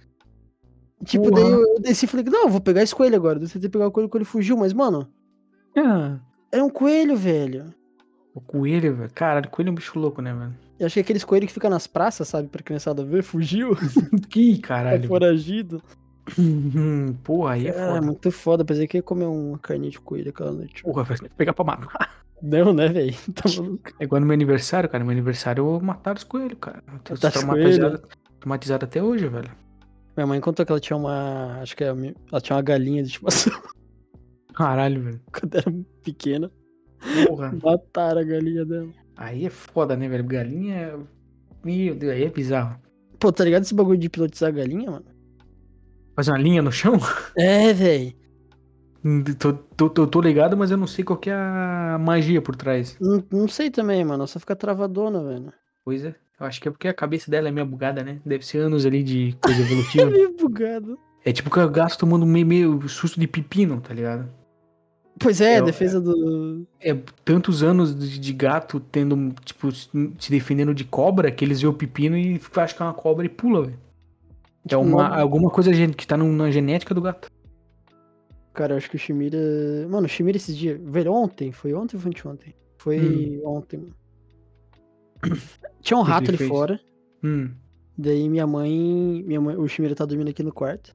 [SPEAKER 2] Tipo, daí eu, eu desci e falei, não, eu vou pegar esse coelho agora. Eu tentei pegar o coelho, o coelho fugiu, mas, mano,
[SPEAKER 1] Ah,
[SPEAKER 2] era um coelho, velho.
[SPEAKER 1] o coelho, velho. Caralho, coelho é um bicho louco, né, velho?
[SPEAKER 2] Eu achei aqueles coelhos que ficam nas praças, sabe, pra criançada ver, fugiu,
[SPEAKER 1] Ih,
[SPEAKER 2] tá
[SPEAKER 1] caralho.
[SPEAKER 2] foragido.
[SPEAKER 1] Hum, Porra, aí é
[SPEAKER 2] Cara,
[SPEAKER 1] foda.
[SPEAKER 2] muito foda, pensei que ia comer uma carninha de coelho aquela noite.
[SPEAKER 1] Porra, vai pegar pra matar.
[SPEAKER 2] Não, né, velho? Tá maluco.
[SPEAKER 1] É igual no meu aniversário, cara. No meu aniversário mataram os coelhos, cara. Eu tô
[SPEAKER 2] Mataram os
[SPEAKER 1] traumatizado, traumatizado até hoje, velho.
[SPEAKER 2] Minha mãe contou que ela tinha uma. Acho que era mi- ela tinha uma galinha de estimação
[SPEAKER 1] Caralho, velho.
[SPEAKER 2] quando era pequena.
[SPEAKER 1] Porra.
[SPEAKER 2] Mataram a galinha dela.
[SPEAKER 1] Aí é foda, né, velho? Galinha. Meu Deus, aí é bizarro.
[SPEAKER 2] Pô, tá ligado esse bagulho de pilotizar a galinha, mano?
[SPEAKER 1] Fazer uma linha no chão?
[SPEAKER 2] É, velho.
[SPEAKER 1] Tô, tô, tô, tô ligado, mas eu não sei qual que é a magia por trás.
[SPEAKER 2] Não, não sei também, mano. Só fica travadona, velho.
[SPEAKER 1] Pois é. Eu acho que é porque a cabeça dela é meio bugada, né? Deve ser anos ali de coisa
[SPEAKER 2] É
[SPEAKER 1] evolutiva.
[SPEAKER 2] meio bugado.
[SPEAKER 1] é tipo que eu gasto tomando meio, meio susto de pepino, tá ligado?
[SPEAKER 2] Pois é,
[SPEAKER 1] Eu-
[SPEAKER 2] defesa do.
[SPEAKER 1] É tantos anos de, de gato tendo, tipo, se se defendendo de cobra que eles vê o pepino e acham que é uma cobra e pula, velho. É
[SPEAKER 2] Tipo,
[SPEAKER 1] uma,
[SPEAKER 2] mano,
[SPEAKER 1] alguma coisa gen- que tá no- na genética do gato.
[SPEAKER 2] Cara, eu acho que o Shimira. Mano, o Shimira esses dias. Velho, ontem? Foi ontem ou foi anteontem? Foi ontem, mano. Tinha um
[SPEAKER 1] que
[SPEAKER 2] rato
[SPEAKER 1] Hum. ele
[SPEAKER 2] ali
[SPEAKER 1] fez?
[SPEAKER 2] fora.
[SPEAKER 1] Hum.
[SPEAKER 2] Daí minha mãe, minha mãe, o Shimira tá dormindo aqui no quarto.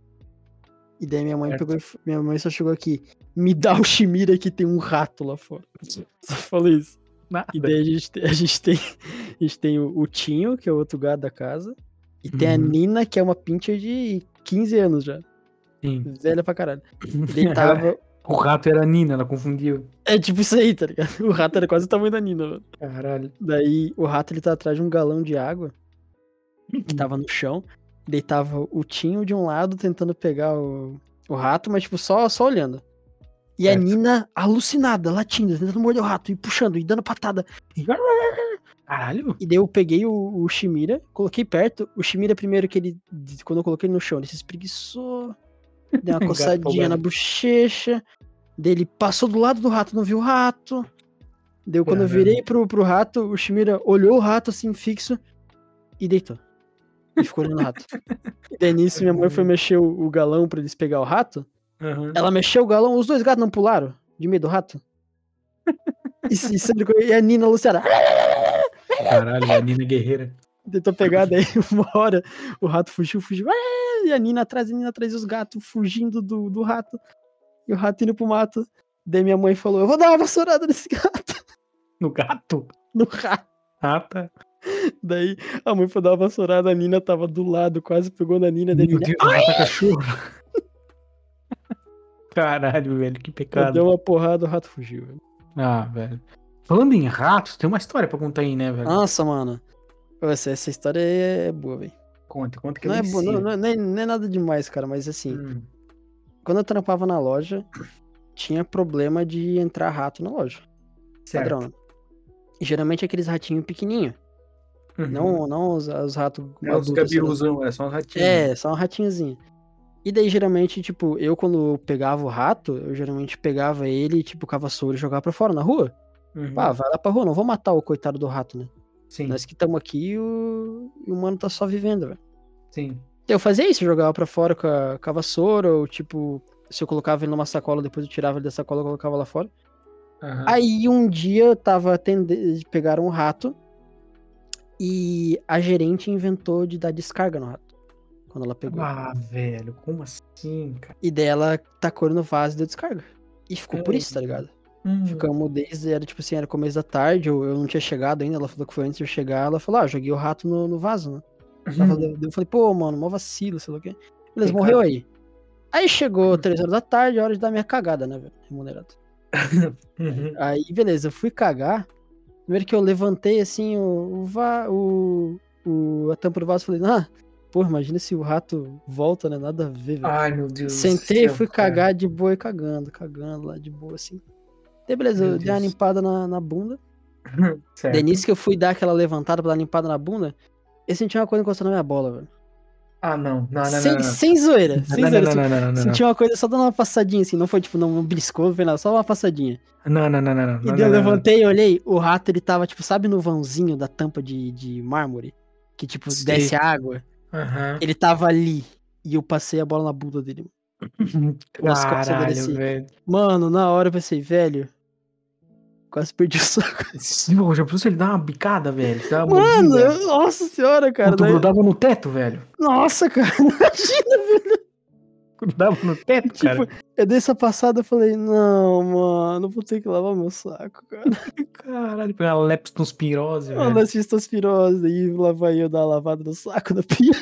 [SPEAKER 2] E daí minha mãe
[SPEAKER 1] Certo.
[SPEAKER 2] pegou, e f- minha mãe só chegou aqui, me dá o Shimira que tem um rato lá fora. Só falei isso.
[SPEAKER 1] Nada.
[SPEAKER 2] E daí a gente, tem- a gente tem, a gente tem o, o Tinho, que é o outro gato da casa, e tem a
[SPEAKER 1] Uhum.
[SPEAKER 2] Nina, que é uma pincher de 15 anos já,
[SPEAKER 1] Sim.
[SPEAKER 2] velha pra caralho. E daí tava,
[SPEAKER 1] O rato era a Nina, ela confundiu.
[SPEAKER 2] é tipo isso aí, tá ligado? O rato era quase o tamanho da Nina, mano.
[SPEAKER 1] Caralho.
[SPEAKER 2] Daí o rato ele tá atrás de um galão de água que tava no chão. Daí tava o Tinho de um lado tentando pegar o, o rato, mas tipo só, só olhando. E a
[SPEAKER 1] Certo.
[SPEAKER 2] Nina alucinada, latindo, tentando morder o rato e puxando e dando patada.
[SPEAKER 1] Caralho?
[SPEAKER 2] E daí eu peguei o, o Shimira, coloquei perto. O Shimira, primeiro que ele. Quando eu coloquei ele no chão, ele se espreguiçou, deu uma
[SPEAKER 1] Gato
[SPEAKER 2] coçadinha
[SPEAKER 1] folgado.
[SPEAKER 2] na bochecha. Daí ele passou do lado do rato, não viu o rato. Daí quando
[SPEAKER 1] Caralho.
[SPEAKER 2] eu virei pro, pro rato, o Shimira olhou o rato assim, fixo, e deitou. E ficou olhando o rato. E daí nisso minha mãe foi mexer o, o galão pra eles pegar o rato.
[SPEAKER 1] Aham.
[SPEAKER 2] Ela mexeu o galão, os dois gatos não pularam de medo do rato. E, e, sendo que- e a Nina Luciana.
[SPEAKER 1] Caralho, a Nina guerreira.
[SPEAKER 2] Tentou pegar, daí uma hora o rato fugiu, fugiu. "Ah!" E a Nina atrás, a Nina atrás, e os gatos fugindo do, do rato. E o rato indo pro mato. Daí minha mãe falou: Eu vou dar uma vassourada nesse gato,
[SPEAKER 1] No gato?
[SPEAKER 2] no rato.
[SPEAKER 1] Ah, tá.
[SPEAKER 2] Daí a mãe foi dar uma vassourada, a Nina tava do lado, quase pegou na Nina. Daí a
[SPEAKER 1] Meu
[SPEAKER 2] Nina
[SPEAKER 1] Deus, ela tá cachorro. Caralho, velho, que pecado.
[SPEAKER 2] deu uma porrada, o rato fugiu. velho.
[SPEAKER 1] Ah, velho. Falando em ratos, tem uma história pra contar aí, né, velho?
[SPEAKER 2] Nossa, mano. Essa, essa história aí é boa, velho.
[SPEAKER 1] Conta, conta que
[SPEAKER 2] Não,
[SPEAKER 1] eu
[SPEAKER 2] é
[SPEAKER 1] nem
[SPEAKER 2] boa,
[SPEAKER 1] sei.
[SPEAKER 2] não, não, é- não é- não é nada demais, cara, mas assim.
[SPEAKER 1] Hum.
[SPEAKER 2] Quando eu trampava na loja, tinha problema de entrar rato na loja.
[SPEAKER 1] Certo.
[SPEAKER 2] padrão. E Geralmente é aqueles ratinhos pequenininho,
[SPEAKER 1] Uhum.
[SPEAKER 2] não, não os, os ratos
[SPEAKER 1] É os
[SPEAKER 2] adultos, assim,
[SPEAKER 1] gabiruzão, é só um ratinho.
[SPEAKER 2] É, só um ratinhozinho. E daí geralmente, tipo, eu quando eu pegava o rato, eu geralmente pegava ele, tipo, cava e jogava pra fora na rua.
[SPEAKER 1] Uhum.
[SPEAKER 2] Pá, vai lá pra rua, não vou matar o coitado do rato, né?
[SPEAKER 1] Sim,
[SPEAKER 2] Nós que estamos aqui e o... e o mano tá só vivendo, velho.
[SPEAKER 1] sim.
[SPEAKER 2] Então, Eu fazia isso, eu jogava pra fora com a, com a vassoura, ou tipo, se eu colocava ele numa sacola, depois eu tirava ele da sacola e colocava lá fora.
[SPEAKER 1] Aham.
[SPEAKER 2] Aí um dia eu tava atendendo, pegaram um rato e a gerente inventou de dar descarga no rato. Quando ela pegou.
[SPEAKER 1] Ah, velho, como assim, cara?
[SPEAKER 2] E dela tacou ele no vaso e deu descarga. E ficou por isso, tá ligado?
[SPEAKER 1] Hum.
[SPEAKER 2] Ficamos desde, era tipo assim, era começo da tarde, eu, eu não tinha chegado ainda, ela falou que foi antes de eu chegar, ela falou, ah, joguei o rato no, no vaso, né? Ela
[SPEAKER 1] Uhum.
[SPEAKER 2] falou, daí eu falei, pô, mano, mó vacilo, sei lá o quê. Beleza,
[SPEAKER 1] Pecado.
[SPEAKER 2] morreu aí. Aí chegou três horas da tarde, hora de dar minha cagada, né, velho? Remunerado.
[SPEAKER 1] Uhum.
[SPEAKER 2] Aí, beleza, eu fui cagar. Primeiro que eu levantei assim o, o, va- o, o- a tampa do vaso falei, ah, pô, imagina se o rato volta, né? Nada a ver, velho.
[SPEAKER 1] Ai, meu Deus. do
[SPEAKER 2] Sentei,
[SPEAKER 1] céu,
[SPEAKER 2] fui
[SPEAKER 1] cara.
[SPEAKER 2] cagar de boa e cagando, cagando lá de boa, assim. Daí, beleza,
[SPEAKER 1] Meu
[SPEAKER 2] eu dei uma
[SPEAKER 1] Deus.
[SPEAKER 2] limpada na, na bunda.
[SPEAKER 1] Certo.
[SPEAKER 2] Daí nisso que eu fui dar aquela levantada pra dar limpada na bunda, eu senti uma coisa encostando na minha bola, velho.
[SPEAKER 1] Ah, não. Não, não, não.
[SPEAKER 2] Sem,
[SPEAKER 1] não, não.
[SPEAKER 2] sem zoeira, sem
[SPEAKER 1] Não, não,
[SPEAKER 2] zoeira.
[SPEAKER 1] não,
[SPEAKER 2] assim,
[SPEAKER 1] não, não, não, não, não.
[SPEAKER 2] Senti uma coisa só dando uma passadinha, assim. Não foi tipo, não briscou, não foi nada, só uma passadinha.
[SPEAKER 1] Não, não, não, não, não.
[SPEAKER 2] E
[SPEAKER 1] não,
[SPEAKER 2] daí
[SPEAKER 1] não,
[SPEAKER 2] eu
[SPEAKER 1] não, não.
[SPEAKER 2] levantei e olhei, o rato ele tava, tipo, sabe no vãozinho da tampa de, de mármore? Que, tipo,
[SPEAKER 1] Sei.
[SPEAKER 2] desce a água?
[SPEAKER 1] Aham.
[SPEAKER 2] Ele tava ali. E eu passei a bola na bunda dele. Nas costas dele,
[SPEAKER 1] Caralho,
[SPEAKER 2] assim.
[SPEAKER 1] velho.
[SPEAKER 2] Mano, na hora eu pensei, velho. Quase perdi o saco.
[SPEAKER 1] Sim, mano, Já pensou ele dar uma bicada, velho? Ele dá uma
[SPEAKER 2] Mano,
[SPEAKER 1] mordida.
[SPEAKER 2] eu- nossa senhora, cara.
[SPEAKER 1] Quando tu
[SPEAKER 2] daí-
[SPEAKER 1] grudava no teto, velho.
[SPEAKER 2] Nossa, cara, imagina, velho.
[SPEAKER 1] Grudava no teto,
[SPEAKER 2] Tipo,
[SPEAKER 1] cara.
[SPEAKER 2] Eu dei essa passada e falei, não, mano, vou ter que lavar meu saco, cara.
[SPEAKER 1] Caralho, pegar leptospirose,
[SPEAKER 2] Mano,
[SPEAKER 1] velho.
[SPEAKER 2] assista as pirosas e lá vai eu dar uma lavada no saco da pia.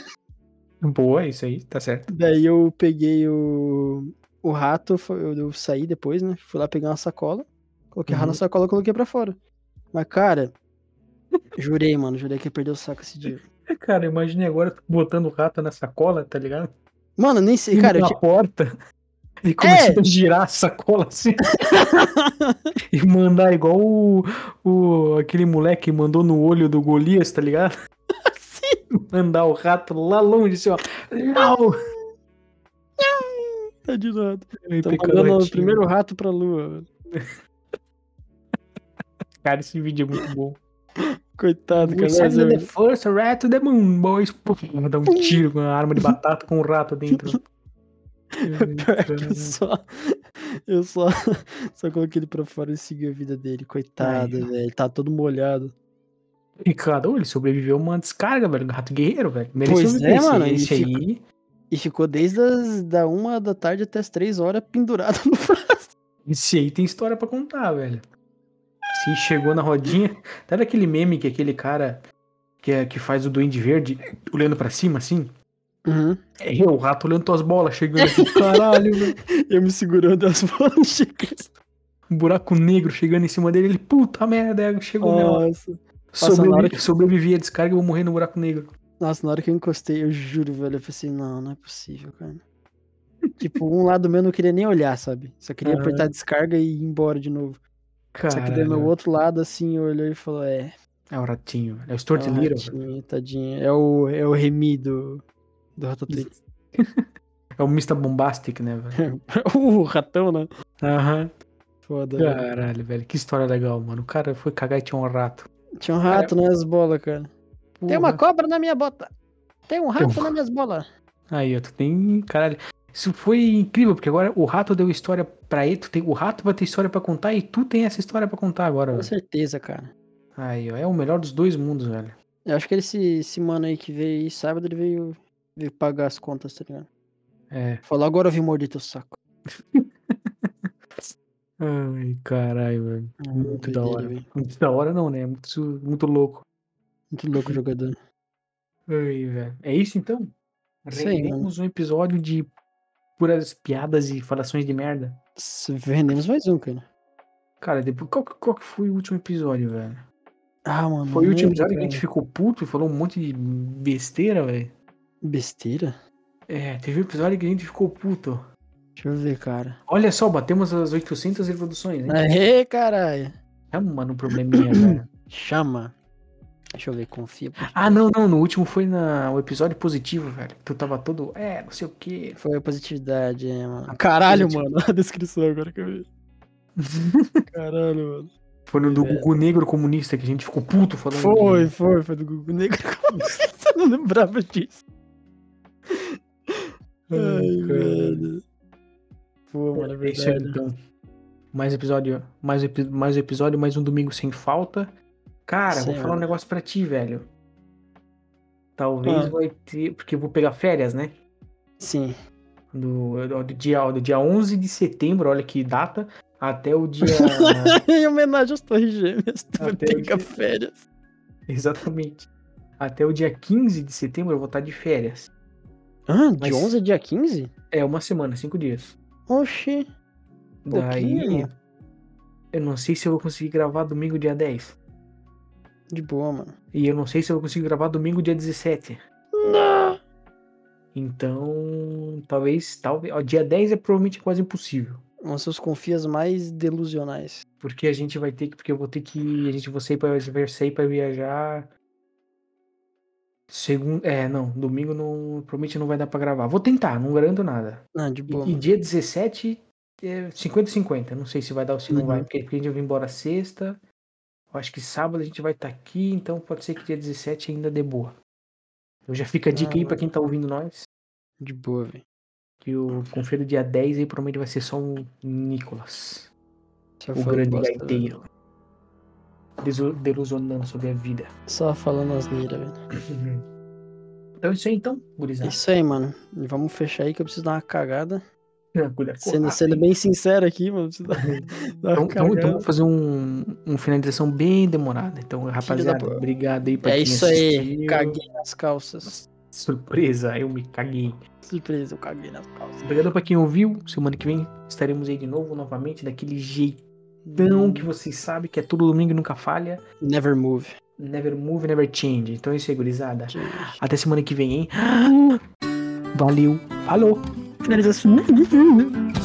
[SPEAKER 1] Boa, isso aí, tá certo.
[SPEAKER 2] Daí eu peguei o, o rato, fo- eu, eu saí depois, né? Fui lá pegar uma sacola, coloquei o rato na
[SPEAKER 1] Uhum.
[SPEAKER 2] sacola e coloquei pra fora. Mas, cara, jurei, mano, jurei que ia perder o saco esse dia.
[SPEAKER 1] É, Cara, imaginei agora tu botando o rato na sacola, tá ligado?
[SPEAKER 2] Mano, nem sei,
[SPEAKER 1] Indo
[SPEAKER 2] cara, eu
[SPEAKER 1] na
[SPEAKER 2] tinha-
[SPEAKER 1] porta e começando a girar a sacola assim. e mandar igual o, o- aquele moleque que mandou no olho do Golias, tá ligado? Mandar o rato lá longe assim, ó. Não!
[SPEAKER 2] tá de nada.
[SPEAKER 1] E
[SPEAKER 2] Tô
[SPEAKER 1] picando
[SPEAKER 2] mandando o
[SPEAKER 1] ratinho.
[SPEAKER 2] primeiro rato pra lua, mano.
[SPEAKER 1] Cara, esse vídeo é muito bom.
[SPEAKER 2] Coitado, cara. mas eu-
[SPEAKER 1] the first rat to the moon, boys. Pô, Dá um tiro com a arma de batata com um rato dentro.
[SPEAKER 2] Pior É que
[SPEAKER 1] né?
[SPEAKER 2] eu só. Eu só, só coloquei ele pra fora e segui a vida dele. Coitado,
[SPEAKER 1] Aí, ó.
[SPEAKER 2] velho. Tá todo molhado.
[SPEAKER 1] E cara, ô, ele sobreviveu a uma descarga, velho. um Rato guerreiro, velho.
[SPEAKER 2] Pois
[SPEAKER 1] Mereceu
[SPEAKER 2] é, mano,
[SPEAKER 1] Esse
[SPEAKER 2] ele
[SPEAKER 1] aí.
[SPEAKER 2] E ficou desde as da uma da tarde até as três horas pendurado no braço.
[SPEAKER 1] Esse aí tem história pra contar, velho. Se chegou na rodinha. Sabe aquele meme que aquele cara que, é- que faz o Duende Verde olhando pra cima, assim? É eu, o rato olhando tuas bolas, chegando aqui, caralho, velho.
[SPEAKER 2] Eu me segurando as bolas. chicas.
[SPEAKER 1] Um buraco negro chegando em cima dele, ele, puta merda, é, chegou minha hora.
[SPEAKER 2] Nossa. passa
[SPEAKER 1] Sobrevi-
[SPEAKER 2] na hora que-
[SPEAKER 1] Sobrevivi à descarga, eu vou morrer no buraco negro.
[SPEAKER 2] Nossa, na hora que eu encostei, eu juro, velho. Eu pensei, não, não é possível, cara. Tipo, um lado meu eu não queria nem olhar, sabe? Só queria
[SPEAKER 1] Aham.
[SPEAKER 2] apertar a descarga e ir embora de novo. Só que daí
[SPEAKER 1] Caralho.
[SPEAKER 2] meu outro lado, assim, olhou e falou, é,
[SPEAKER 1] É o ratinho, velho. é o
[SPEAKER 2] É o
[SPEAKER 1] Stuart Little. velho.
[SPEAKER 2] ratinho, tadinho. É o, é o Remy do, do Ratatouille.
[SPEAKER 1] É o Mr. Bombastic, né, velho?
[SPEAKER 2] o ratão, né?
[SPEAKER 1] Aham.
[SPEAKER 2] Foda. velho.
[SPEAKER 1] Caralho, velho. Que história legal, mano. O cara foi cagar e tinha um rato.
[SPEAKER 2] Tinha um rato nas bolas, cara. Tem uma
[SPEAKER 1] Porra.
[SPEAKER 2] cobra na minha bota. Tem um rato
[SPEAKER 1] Tem um-
[SPEAKER 2] nas minhas bolas.
[SPEAKER 1] Aí, ó, tu tem. Caralho. Isso foi incrível, porque agora o rato deu história pra ele. Tu tem... O rato vai ter história pra contar e tu tem essa história pra contar agora,
[SPEAKER 2] Com
[SPEAKER 1] velho.
[SPEAKER 2] certeza, cara.
[SPEAKER 1] Aí, ó. É o melhor dos dois mundos, velho.
[SPEAKER 2] Eu acho que ele, esse, esse mano aí que veio aí, sábado, ele veio, veio pagar as contas, tá ligado?
[SPEAKER 1] É.
[SPEAKER 2] Falou, agora eu vim morder teu saco.
[SPEAKER 1] Ai, caralho, velho.
[SPEAKER 2] É
[SPEAKER 1] Muito da
[SPEAKER 2] doideira,
[SPEAKER 1] hora.
[SPEAKER 2] velho.
[SPEAKER 1] Muito da hora, não, né? Muito, su- muito louco.
[SPEAKER 2] Muito louco o jogador.
[SPEAKER 1] Ai, velho. É isso então?
[SPEAKER 2] Isso aí,
[SPEAKER 1] Rendemos um episódio de puras piadas e falações de merda.
[SPEAKER 2] S- Vendemos mais um, cara.
[SPEAKER 1] Cara, depois, qual, que- qual que foi o último episódio, velho?
[SPEAKER 2] Ah, mano.
[SPEAKER 1] Foi o
[SPEAKER 2] não
[SPEAKER 1] último
[SPEAKER 2] lembro,
[SPEAKER 1] episódio que a gente
[SPEAKER 2] cara.
[SPEAKER 1] ficou puto e falou um monte de besteira, velho.
[SPEAKER 2] Besteira?
[SPEAKER 1] É, teve um episódio que a gente ficou puto.
[SPEAKER 2] Deixa eu ver, cara.
[SPEAKER 1] Olha só, batemos as 800 reproduções, né?
[SPEAKER 2] Aê, caralho.
[SPEAKER 1] É, mano, um probleminha, velho.
[SPEAKER 2] Chama. Deixa eu ver, confia.
[SPEAKER 1] Ah, não, não, no último foi na, o episódio positivo, velho. Tu tava todo, é, não sei o quê.
[SPEAKER 2] Foi a positividade, é, mano. Caralho,
[SPEAKER 1] positivo.
[SPEAKER 2] mano. A descrição agora que eu vi. Caralho, mano.
[SPEAKER 1] Foi no do
[SPEAKER 2] É.
[SPEAKER 1] Gugu Negro Comunista que a gente ficou puto falando.
[SPEAKER 2] Foi, foi, foi do Google Negro. Você não lembrava disso.
[SPEAKER 1] Ai, cara.
[SPEAKER 2] Ai, velho. Pô, mano, é
[SPEAKER 1] É isso aí,
[SPEAKER 2] verdade.
[SPEAKER 1] então. Mais episódio, mais, epi- mais episódio, mais um domingo sem falta. Cara,
[SPEAKER 2] Isso
[SPEAKER 1] vou
[SPEAKER 2] aí,
[SPEAKER 1] falar um
[SPEAKER 2] mano.
[SPEAKER 1] negócio pra ti, velho. Talvez
[SPEAKER 2] Ah.
[SPEAKER 1] vai ter, porque eu vou pegar férias, né?
[SPEAKER 2] Sim.
[SPEAKER 1] Do, do, dia, do dia 11 de setembro, olha que data, até o dia.
[SPEAKER 2] em homenagem às torres gêmeas, tu vai
[SPEAKER 1] Até hoje.
[SPEAKER 2] pegar férias.
[SPEAKER 1] Exatamente. Até o dia 15 de setembro eu vou estar de férias.
[SPEAKER 2] Ah, de
[SPEAKER 1] Mas-
[SPEAKER 2] 11 a dia 15?
[SPEAKER 1] É uma semana, cinco dias.
[SPEAKER 2] Oxi.
[SPEAKER 1] Daí.
[SPEAKER 2] Pouquinho.
[SPEAKER 1] Eu não sei se eu vou conseguir gravar domingo dia 10.
[SPEAKER 2] De boa, mano.
[SPEAKER 1] E eu não sei se eu vou conseguir gravar domingo dia 17.
[SPEAKER 2] Não.
[SPEAKER 1] Então, talvez, talvez, ó, dia 10 é provavelmente quase impossível,
[SPEAKER 2] São seus confias mais delusionais.
[SPEAKER 1] porque a gente vai ter que, porque eu vou ter que, a gente vai sair para vai sair para viajar segundo, é, não, domingo não, provavelmente não vai dar pra gravar. Vou tentar, não garanto nada.
[SPEAKER 2] Não, de
[SPEAKER 1] E,
[SPEAKER 2] boa,
[SPEAKER 1] e
[SPEAKER 2] mano.
[SPEAKER 1] dia 17 é 50 50, não sei se vai dar ou se não vai,
[SPEAKER 2] Uhum.
[SPEAKER 1] porque porque a gente vai embora sexta. Eu acho que sábado a gente vai estar aqui, então pode ser que dia 17 ainda dê boa. Então já fica a dica aí pra
[SPEAKER 2] Caramba.
[SPEAKER 1] quem tá ouvindo nós.
[SPEAKER 2] De boa, velho.
[SPEAKER 1] Que o confira dia 10 aí provavelmente vai ser só o Nicolas.
[SPEAKER 2] Só
[SPEAKER 1] O
[SPEAKER 2] falando
[SPEAKER 1] grande
[SPEAKER 2] bosta, velho.
[SPEAKER 1] gaiteiro. Desu- Delusionando sobre a vida.
[SPEAKER 2] Só falando asneira, velho.
[SPEAKER 1] Então é isso aí então,
[SPEAKER 2] É
[SPEAKER 1] gurizada.
[SPEAKER 2] isso aí, mano. E Vamos fechar aí que eu preciso dar uma cagada.
[SPEAKER 1] Cuidado com o
[SPEAKER 2] Sendo,
[SPEAKER 1] rato,
[SPEAKER 2] sendo
[SPEAKER 1] hein?
[SPEAKER 2] é bem sincero aqui, mano. tá, Preciso dar, dar
[SPEAKER 1] Então, então,
[SPEAKER 2] uma
[SPEAKER 1] então
[SPEAKER 2] cagada.
[SPEAKER 1] vou fazer um, um finalização bem demorada. Então, rapaziada,
[SPEAKER 2] puta.
[SPEAKER 1] obrigado aí pra
[SPEAKER 2] É
[SPEAKER 1] quem
[SPEAKER 2] isso aí.
[SPEAKER 1] assistiu.
[SPEAKER 2] Caguei nas calças.
[SPEAKER 1] Surpresa, eu me caguei.
[SPEAKER 2] Surpresa, eu caguei nas calças.
[SPEAKER 1] Obrigado pra quem ouviu. Semana que vem estaremos aí de novo, novamente, daquele jeitão que vocês sabem que é todo domingo e nunca falha.
[SPEAKER 2] Never move.
[SPEAKER 1] Never move, never change. Então é isso aí, gurizada.
[SPEAKER 2] Gente.
[SPEAKER 1] Até semana que vem, hein? Valeu, falou!
[SPEAKER 2] Finalização.